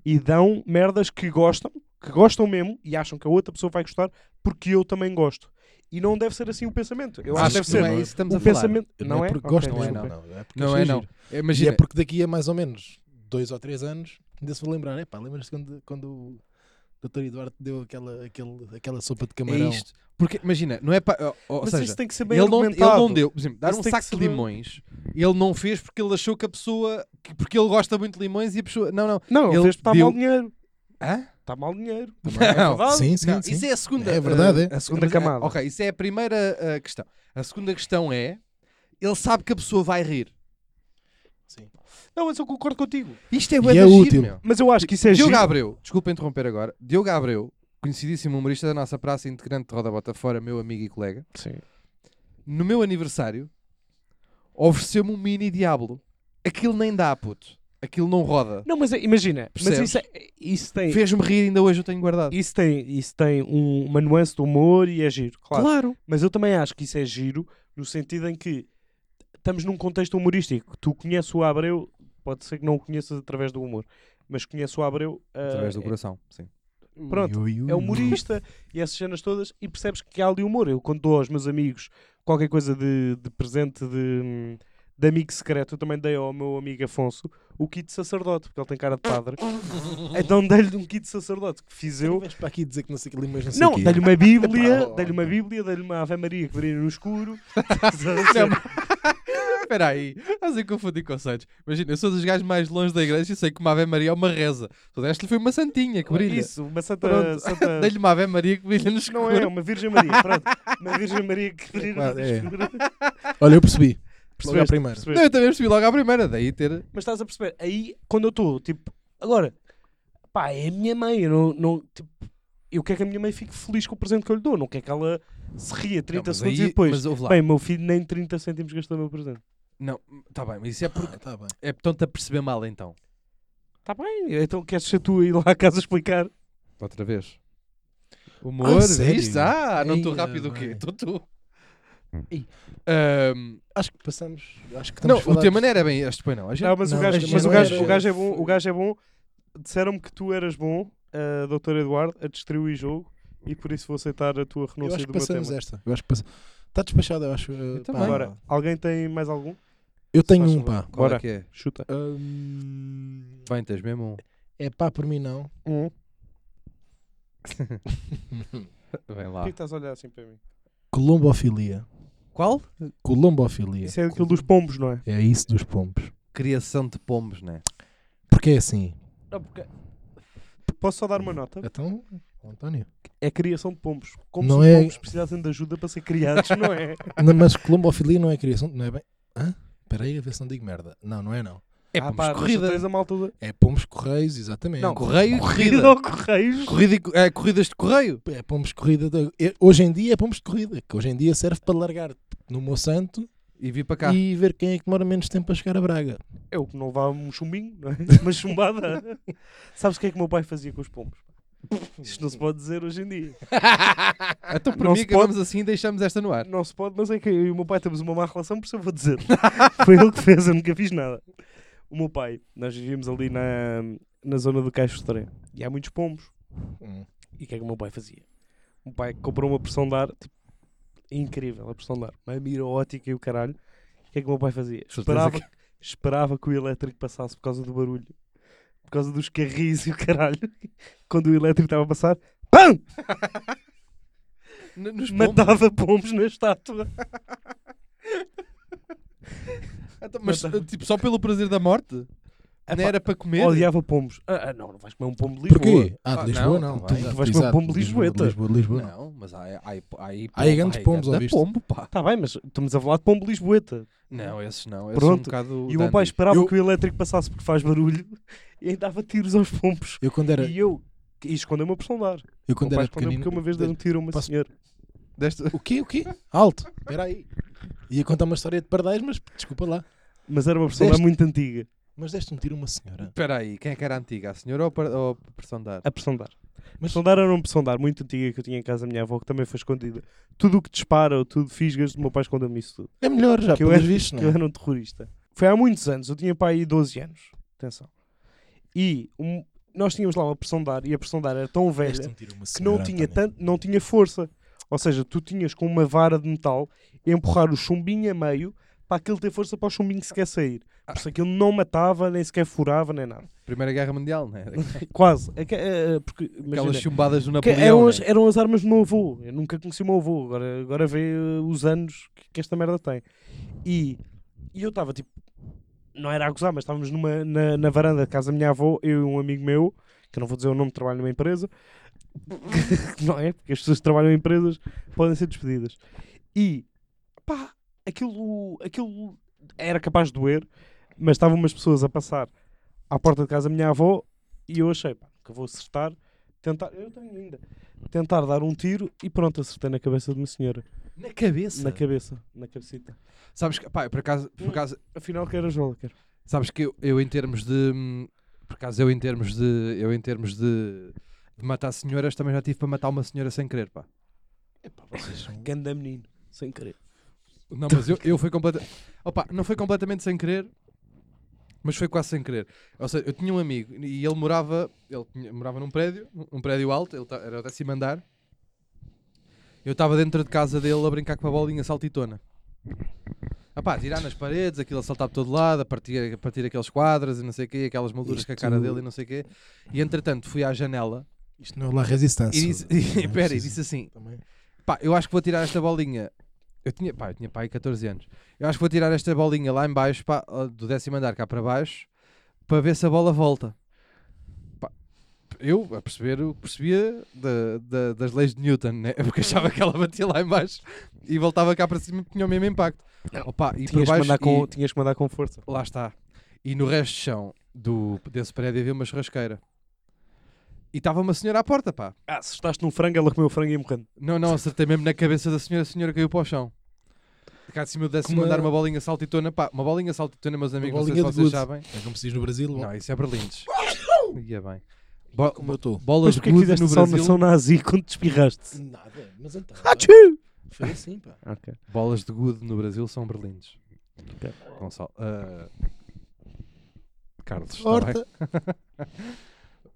Speaker 2: e dão merdas que gostam, que gostam mesmo e acham que a outra pessoa vai gostar porque eu também gosto. E não deve ser assim o pensamento. Eu acho,
Speaker 3: Acho
Speaker 2: que
Speaker 3: que
Speaker 2: deve
Speaker 3: não é
Speaker 2: ser.
Speaker 3: isso que estamos
Speaker 2: o
Speaker 3: a falar.
Speaker 2: pensamento
Speaker 4: Não, é porque
Speaker 2: um Ok,
Speaker 4: gosto,
Speaker 3: não é,
Speaker 4: mesmo,
Speaker 2: desculpa.
Speaker 4: não, não. É porque
Speaker 3: Não
Speaker 4: acho
Speaker 3: é, não.
Speaker 4: giro. E
Speaker 3: Imagina,
Speaker 4: é porque daqui a mais ou menos dois ou três anos ainda se vão lembrar. Epá, lembras-te quando, quando o doutor Eduardo deu aquela, aquele, aquela sopa de camarão?
Speaker 3: é isto. Porque, imagina, não é para. Ou, ou
Speaker 2: Mas
Speaker 3: seja,
Speaker 2: isso tem que ser bem
Speaker 3: ele não, ele
Speaker 2: argumentado.
Speaker 3: não deu. Por exemplo, dar
Speaker 2: Isso
Speaker 3: um
Speaker 2: tem que
Speaker 3: saco
Speaker 2: ser
Speaker 3: de
Speaker 2: bem-
Speaker 3: limões, ele não fez porque ele achou que a pessoa. que- porque ele gosta muito de limões e a pessoa. Não, não.
Speaker 2: Não,
Speaker 3: Ele
Speaker 2: ele fez está
Speaker 3: deu-
Speaker 2: mal dinheiro.
Speaker 3: Hã?
Speaker 2: Está mal dinheiro.
Speaker 3: Não.
Speaker 2: verdade?
Speaker 4: é Sim, sim,
Speaker 3: Não,
Speaker 4: sim.
Speaker 3: Isso é a segunda.
Speaker 4: É verdade,
Speaker 3: eh,
Speaker 4: é.
Speaker 3: A segunda
Speaker 2: Mas,
Speaker 3: camada.
Speaker 2: eh,
Speaker 3: ok, isso é a primeira eh, questão. A segunda questão é. Ele sabe que a pessoa vai rir.
Speaker 4: Sim.
Speaker 2: Não, mas eu concordo contigo.
Speaker 3: Isto é,
Speaker 4: E
Speaker 3: bué
Speaker 4: é
Speaker 3: de giro,
Speaker 4: útil.
Speaker 3: meu.
Speaker 2: Mas eu acho que isso é
Speaker 3: Diogo
Speaker 2: giro.
Speaker 3: Abreu, desculpa interromper agora. Diogo Abreu, conhecidíssimo humorista da nossa praça, integrante de Roda Bota Fora, meu amigo e colega,
Speaker 2: Sim.
Speaker 3: no meu aniversário, ofereceu-me um mini Diablo. Aquilo nem dá, puto. Aquilo não roda.
Speaker 2: Não, mas eh, imagina. Mas
Speaker 3: Percebes?
Speaker 2: isso, é- isso tem,
Speaker 3: Fez-me rir, ainda hoje eu tenho guardado.
Speaker 2: isso tem, isso tem um, uma nuance de humor e é giro, claro. Mas eu também acho que isso é giro, no sentido em que estamos num contexto humorístico. Tu conheces o Abreu, pode ser que não o conheças através do humor, mas conheces o Abreu ah,
Speaker 3: Através do coração, sim.
Speaker 2: Pronto,
Speaker 4: Ui, ui,
Speaker 2: é
Speaker 4: ui.
Speaker 2: humorista e essas cenas todas e percebes que há ali humor. Eu quando dou aos meus amigos qualquer coisa de, de presente de, de amigo secreto, eu também dei ao meu amigo Afonso o kit de sacerdote, porque ele tem cara de padre. Então dei-lhe um kit de sacerdote que fiz eu.
Speaker 4: Vens para aqui dizer que não sei que limões não sei
Speaker 2: Não,
Speaker 4: o quê.
Speaker 2: dei-lhe uma bíblia,
Speaker 4: Epá, oh,
Speaker 2: dei-lhe uma bíblia, dei-lhe uma Ave Maria que brilha no escuro. Estás a ver?
Speaker 3: Espera aí, estás a confundir conceitos. Imagina, eu sou dos gajos mais longe da igreja e sei que uma Ave Maria é uma reza. Tu deste-lhe foi uma santinha que brilha.
Speaker 2: Isso, uma santa...
Speaker 3: Pronto.
Speaker 2: santa...
Speaker 3: Dei-lhe uma Ave Maria que brilha no
Speaker 2: Não
Speaker 3: escuro.
Speaker 2: é, uma Virgem Maria, pronto. Uma Virgem Maria que brilha no
Speaker 4: claro, é.
Speaker 2: escuro.
Speaker 4: Olha, eu percebi. Logo à
Speaker 2: Percebeste?
Speaker 4: primeira.
Speaker 2: Percebeste?
Speaker 3: Não, eu também percebi logo à primeira, daí ter...
Speaker 2: Mas estás a perceber? Aí, quando eu estou, tipo, agora, pá, é a minha mãe. Eu, não, não, tipo, eu quero que a minha mãe fique feliz com o presente que eu lhe dou. Não quero que ela se ria 30
Speaker 3: Não, mas
Speaker 2: segundos
Speaker 3: aí-
Speaker 2: e depois.
Speaker 3: Mas ouve lá.
Speaker 2: Bem, meu filho nem 30 cêntimos gastou no meu presente.
Speaker 3: Não, tá bem, mas isso é porque.
Speaker 4: Ah, tá bem.
Speaker 3: É estão-te a perceber mal então.
Speaker 2: Está bem, então queres ser tu a ir lá a casa explicar?
Speaker 3: Outra vez.
Speaker 4: Ah,
Speaker 3: Humor,
Speaker 4: sério?
Speaker 3: isto? Ah, não estou
Speaker 4: Eia,
Speaker 3: rápido o quê?
Speaker 4: bem.
Speaker 3: Estou tu. Hum.
Speaker 4: Ih.
Speaker 3: Ahm,
Speaker 4: Acho que passamos. Acho que
Speaker 3: não,
Speaker 4: estamos
Speaker 3: o
Speaker 4: falando-
Speaker 3: tema não é- era bem este, pois não. A gente-
Speaker 2: Não, mas
Speaker 4: não,
Speaker 2: o gajo,
Speaker 4: mas
Speaker 2: mas o
Speaker 4: não
Speaker 2: gajo,
Speaker 4: era-
Speaker 2: o gajo é bom. O gajo é bom. Disseram-me que tu eras bom, uh, Dr. Eduardo, a destruir jogo e por isso vou aceitar a tua
Speaker 4: Eu
Speaker 2: renúncia
Speaker 4: acho que
Speaker 2: do meu
Speaker 4: passamos
Speaker 2: tema.
Speaker 4: esta. Eu acho que passa... Está despachado, eu acho. Eu,
Speaker 3: também.
Speaker 4: Ah.
Speaker 2: Agora, alguém tem mais algum?
Speaker 4: eu tenho
Speaker 2: faz
Speaker 4: um,
Speaker 2: favor.
Speaker 4: pá.
Speaker 3: Qual
Speaker 2: Bora.
Speaker 3: é que é?
Speaker 2: Chuta.
Speaker 4: Hum,
Speaker 3: Bem, tens mesmo
Speaker 4: É pá, por mim não.
Speaker 2: Um.
Speaker 3: um. Vem
Speaker 2: Por
Speaker 3: lá.
Speaker 2: que estás a olhar assim para mim?
Speaker 4: Colombofilia.
Speaker 3: Qual?
Speaker 4: Colombofilia.
Speaker 2: Isso é aquilo dos pombos, não é?
Speaker 4: É isso dos pompos.
Speaker 3: Criação de pombos, né?
Speaker 4: Porque é assim.
Speaker 2: Posso só dar uma nota?
Speaker 4: Então, António.
Speaker 2: É a criação de pombos. Como
Speaker 4: Não
Speaker 2: se os
Speaker 4: é-
Speaker 2: pombos precisassem de ajuda para ser criados, não é?
Speaker 4: Não, mas colombofilia não é criação. Não é bem. Hã? Espera aí, a ver se não digo merda. Não, não é não. É
Speaker 2: Ah,
Speaker 4: pompos
Speaker 2: pá, mas tu
Speaker 4: corrida.
Speaker 2: tens a malta da-
Speaker 4: É pompos correios, exatamente.
Speaker 2: Não,
Speaker 3: Correio e
Speaker 2: Corrida
Speaker 3: corrida.
Speaker 2: ou correios?
Speaker 3: Corrida e co- é, corridas de correio.
Speaker 4: É pombos de corrida. de- é- Hoje em dia é pombos de corrida, que hoje em dia serve para largar no Monsanto
Speaker 3: E vi para cá.
Speaker 4: e ver quem é que demora menos tempo a chegar a Braga.
Speaker 2: Eu que não levava um chumbinho, não é? Uma chumbada. Sabes o que é que o meu pai fazia com os pombos? Isto não se pode dizer hoje em dia.
Speaker 3: Então, por
Speaker 2: Não
Speaker 3: mim,
Speaker 2: se pode-
Speaker 3: acabamos assim e deixamos esta no ar.
Speaker 2: Não se pode, mas é que eu e o meu pai temos uma má relação, por isso eu vou dizer. Foi ele que fez, eu nunca fiz nada. O meu pai, nós vivíamos ali na, na zona do Caixo de Trem e há muitos pombos.
Speaker 3: Hum.
Speaker 2: E o que é que o meu pai fazia? O meu pai comprou uma pressão de ar, tipo, incrível, a pressão de ar, uma mira ótica e o caralho. O que é que o meu pai fazia?
Speaker 3: Certeza
Speaker 2: Esperava, esperava que o elétrico passasse por causa do barulho, por causa dos carris e o caralho. Quando o elétrico estava a passar, PAM!
Speaker 3: N- Nos pombos.
Speaker 2: Matava pombos na estátua.
Speaker 3: Então, Mas,
Speaker 2: matava.
Speaker 3: tipo, só pelo prazer da morte?
Speaker 2: Epá,
Speaker 3: Não era para comer?
Speaker 2: Odiava pombos. Ah, ah, não, não vais comer um pombo de Lisboa.
Speaker 4: Porquê? Ah,
Speaker 3: Ah,
Speaker 4: de Lisboa
Speaker 3: não,
Speaker 4: não.
Speaker 3: tá bem.
Speaker 4: Tu-
Speaker 2: Tu vais
Speaker 4: exato,
Speaker 2: para o pombo
Speaker 4: de
Speaker 2: lisboeta.
Speaker 4: de Lisboa, de Lisboa não.
Speaker 3: Não, mas há, há, há, aí-
Speaker 4: Há aí é grandes
Speaker 3: há aí
Speaker 4: pombos,
Speaker 3: ganda
Speaker 4: ouviste?
Speaker 3: pombo, pá.
Speaker 2: Está Ah, tá bem, mas estamos a falar de pombo Lisboeta.
Speaker 3: Não, esses não.
Speaker 2: Pronto.
Speaker 3: Esses são um
Speaker 2: E
Speaker 3: bocado
Speaker 2: o meu pai
Speaker 3: dandies.
Speaker 2: esperava
Speaker 4: Eu-
Speaker 2: que o elétrico passasse porque faz barulho e ainda dava tiros aos pompos.
Speaker 4: Eu quando era,
Speaker 2: E eu. E escondeu uma personalidade.
Speaker 4: eu
Speaker 2: O
Speaker 4: quando
Speaker 2: meu pai
Speaker 4: era
Speaker 2: escondeu
Speaker 4: pequenino.
Speaker 2: porque uma vez deu um tiro a uma
Speaker 4: Posso-
Speaker 2: senhora.
Speaker 3: Deste...
Speaker 4: O quê? O quê? Alto. Espera aí. Ia contar uma história de pardais, mas desculpa lá.
Speaker 2: Mas era uma personalidade muito antiga.
Speaker 4: Mas deste um tiro a uma senhora.
Speaker 3: Espera aí, quem é que era a antiga? A senhora ou a par- ou a pressão de ar?
Speaker 2: A personalidade.
Speaker 4: Mas
Speaker 2: Sondar era uma opção de ar muito antiga que eu tinha em casa da minha avó, que também foi escondida. Tudo o que dispara ou tudo fisgas, o meu pai escondeu-me isso tudo.
Speaker 4: é melhor já,
Speaker 2: que eu
Speaker 4: pelos
Speaker 2: era,
Speaker 4: vistos, não
Speaker 2: que eu
Speaker 4: é?
Speaker 2: era um terrorista. Foi há muitos anos, eu tinha para aí 12 anos. Atenção. E um- nós tínhamos lá uma pressão de ar, e a pressão de ar era tão velha
Speaker 4: Deste um tiro a uma
Speaker 2: que não
Speaker 4: senhora.
Speaker 2: tinha,
Speaker 4: António.
Speaker 2: tanto, não tinha força. Ou seja, tu tinhas com uma vara de metal empurrar o chumbinho a meio para aquilo ter força para o chumbinho sequer sair. Por isso aquilo não matava, nem sequer furava, nem nada.
Speaker 3: Primeira Guerra Mundial, né?
Speaker 2: Quase. Aque- eh, porque, imagina,
Speaker 3: Aquelas chumbadas do
Speaker 2: Que é
Speaker 3: Napoleão.
Speaker 2: eram, as,
Speaker 3: né?
Speaker 2: eram as armas do meu avô. Eu nunca conheci o meu avô. Agora, agora vê uh, os anos que, que esta merda tem. E, e eu estava tipo. Não era a gozar, mas estávamos numa, na, na varanda de casa da minha avó, eu e um amigo meu, que eu não vou dizer o nome, trabalho numa empresa, não é? Porque as pessoas que trabalham em empresas podem ser despedidas. E pá, aquilo, aquilo era capaz de doer, mas estavam umas pessoas a passar à porta de casa da minha avó e eu achei, pá, que vou acertar, tentar, eu tenho ainda, tentar dar um tiro e pronto, acertei na cabeça de uma senhora.
Speaker 3: né? Na cabeça.
Speaker 2: Na cabeça, na cabecita.
Speaker 3: Sabes que, pá, por acaso, por acaso,
Speaker 2: Afinal, que era jola, quero.
Speaker 3: sabes que eu, eu em termos de. hum, Por acaso, eu em termos de. Eu em termos de. de matar senhoras também já tive para matar uma senhora sem querer, pá.
Speaker 4: Epá, vocês são-
Speaker 2: Ganda menino, sem querer.
Speaker 3: Não, mas eu, eu fui completamente. Opa, não foi completamente sem querer, mas foi quase sem querer. Ou seja, eu tinha um amigo e ele morava, ele tinha- morava num prédio, um prédio alto, ele ta- era o décimo andar. Eu estava dentro de casa dele a brincar com a bolinha saltitona. Opá, a tirar nas paredes, aquilo a saltar por todo lado, a partir, a partir aqueles quadros e não sei o quê, aquelas molduras com a cara
Speaker 4: Isto-
Speaker 3: dele e não sei o quê. E entretanto fui à janela
Speaker 4: Isto não é lá resistência.
Speaker 3: e disse,
Speaker 4: Não é
Speaker 3: e, pera, e
Speaker 4: preciso-
Speaker 3: disse assim:
Speaker 4: também.
Speaker 3: pá, eu acho que vou tirar esta bolinha. Eu tinha, pá, eu tinha pá, aí 14 anos. Eu acho que vou tirar esta bolinha lá em baixo, pá, ah, do décimo andar cá para baixo, para ver se a bola volta. Pá, eu, a perceber, o que percebia da- da- das leis de Newton, né? Porque achava que ela batia lá em baixo e voltava cá para cima e tinha o mesmo impacto. Opa, e
Speaker 2: Tinhas
Speaker 3: por
Speaker 2: que,
Speaker 3: baixo,
Speaker 2: mandar com,
Speaker 3: e-
Speaker 2: tinhas que mandar com força.
Speaker 3: Lá está. E no resto de chão do, desse prédio havia uma churrasqueira. E estava uma senhora à porta, pá.
Speaker 2: Ah, se estás num frango, ela comeu o frango e ia morrendo.
Speaker 3: Não, não, acertei mesmo na cabeça da senhora, a senhora caiu para o chão. Cá de cima eu desse
Speaker 4: Como
Speaker 3: mandar
Speaker 4: é?
Speaker 3: uma bolinha saltitona, pá, uma bolinha saltitona, meus amigos, não sei se
Speaker 4: bolinha de gude.
Speaker 3: vocês sabem.
Speaker 4: É como se diz no Brasil. ó,
Speaker 3: Não, isso é berlindes. Ia bem. Bo-
Speaker 4: como eu estou.
Speaker 3: bolas
Speaker 2: Mas
Speaker 3: de
Speaker 2: porquê é que
Speaker 3: gude
Speaker 2: fizeste
Speaker 3: no
Speaker 2: a saudação
Speaker 3: Brasil.
Speaker 2: nazi quando te espirraste?
Speaker 4: Nada, mas então.
Speaker 2: Achoo!
Speaker 4: Foi assim, pá.
Speaker 2: Ok.
Speaker 3: Bolas de gude no Brasil são berlindes.
Speaker 2: Ok.
Speaker 3: Gonçalo. ah, Carlos, está bem?
Speaker 4: Horta.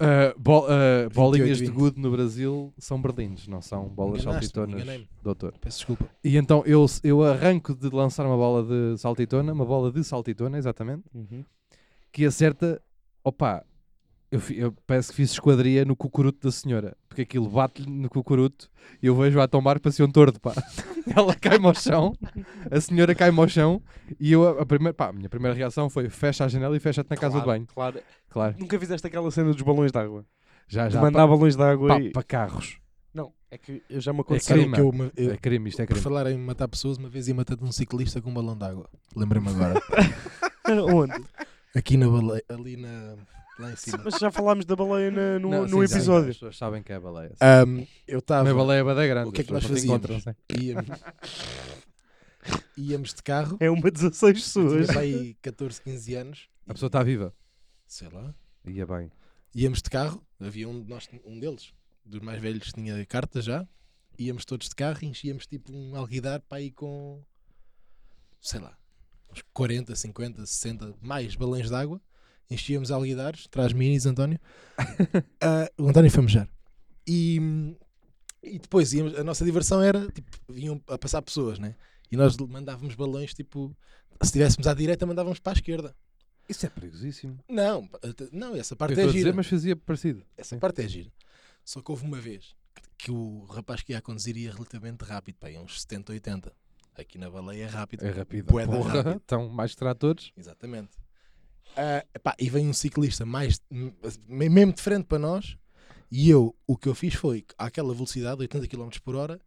Speaker 3: Ah, bo- ah, bolinhas
Speaker 4: 28,
Speaker 3: de gude no Brasil são berlindes, não são bolas
Speaker 4: Enganaste-me,
Speaker 3: saltitonas,
Speaker 4: enganei-me.
Speaker 3: doutor.
Speaker 4: Peço desculpa.
Speaker 3: E então eu, eu arranco de lançar uma bola de saltitona, uma bola de saltitona, exatamente,
Speaker 2: Uhum.
Speaker 3: que acerta, opa, eu, fi- eu parece que fiz esquadria no cucuruto da senhora, porque aquilo bate-lhe no cucuruto e eu vejo-a a tombar para ser um tordo, pá. Ela cai-me ao chão, a senhora cai-me ao chão e eu, a, a primeira, pá, a minha primeira reação foi fecha a janela e fecha-te na casa de banho,
Speaker 2: Claro.
Speaker 3: claro.
Speaker 2: Nunca fizeste aquela cena dos balões d'água.
Speaker 3: Já,
Speaker 2: De
Speaker 3: já,
Speaker 2: mandar balões d'água
Speaker 3: pá,
Speaker 2: e.
Speaker 3: para carros.
Speaker 2: Não, é que eu já me aconteceu.
Speaker 4: Sabe o
Speaker 3: crime.
Speaker 4: que eu, me- eu,
Speaker 3: É crime, isto é
Speaker 4: Por
Speaker 3: crime.
Speaker 4: falar em matar pessoas, uma vez ia matar de um ciclista com um balão de água. Lembra-me agora.
Speaker 2: Onde?
Speaker 4: Aqui na baleia, ali na. Lá em cima.
Speaker 2: Mas já falámos da baleia na- no,
Speaker 3: Não,
Speaker 2: no
Speaker 3: sim, sim,
Speaker 2: episódio.
Speaker 3: As pessoas sabem que é baleia.
Speaker 4: Ahm, eu estava.
Speaker 3: Mas baleia é bada grande.
Speaker 4: Ah, O que é que
Speaker 3: as
Speaker 4: nós
Speaker 3: pessoas não te
Speaker 4: fazíamos?
Speaker 3: encontram, sim.
Speaker 4: Íamos, íamos de carro.
Speaker 2: É uma 16
Speaker 4: Eu
Speaker 2: pessoas.
Speaker 4: tinha para aí 14, 15 anos.
Speaker 3: A pessoa está viva.
Speaker 4: Sei lá.
Speaker 3: Ia bem.
Speaker 4: Íamos de carro. Havia um, de nós, um deles, dos mais velhos, que tinha carta já. Íamos todos de carro e enchíamos tipo um alguidar para ir com. Sei lá. Uns 40, 50, 60, mais balões de água. Enchíamos alguidares, traz minis, António. Ah, o António foi mejar. E, e depois íamos- a nossa diversão era, tipo, vinham a passar pessoas, né? E nós mandávamos balões, tipo, se estivéssemos à direita, mandávamos para a esquerda.
Speaker 3: Isso é perigosíssimo.
Speaker 4: Não, até- não, essa
Speaker 3: Eu
Speaker 4: parte
Speaker 3: estou
Speaker 4: é
Speaker 3: a dizer,
Speaker 4: gira.
Speaker 3: mas fazia parecido.
Speaker 4: Essa parte é gira. Só que houve uma vez que o rapaz que ia a conduzir ia relativamente rápido, pá, ia uns 70, 80. Aqui na baleia é rápido.
Speaker 3: É rápido.
Speaker 4: Bué da
Speaker 3: Porra.
Speaker 4: rápido.
Speaker 3: Então, mais tratores.
Speaker 4: Exatamente. Ah, epá, e vem um ciclista mais m- mesmo de frente para nós, e eu o que eu fiz foi, àquela velocidade, 80 km por hora,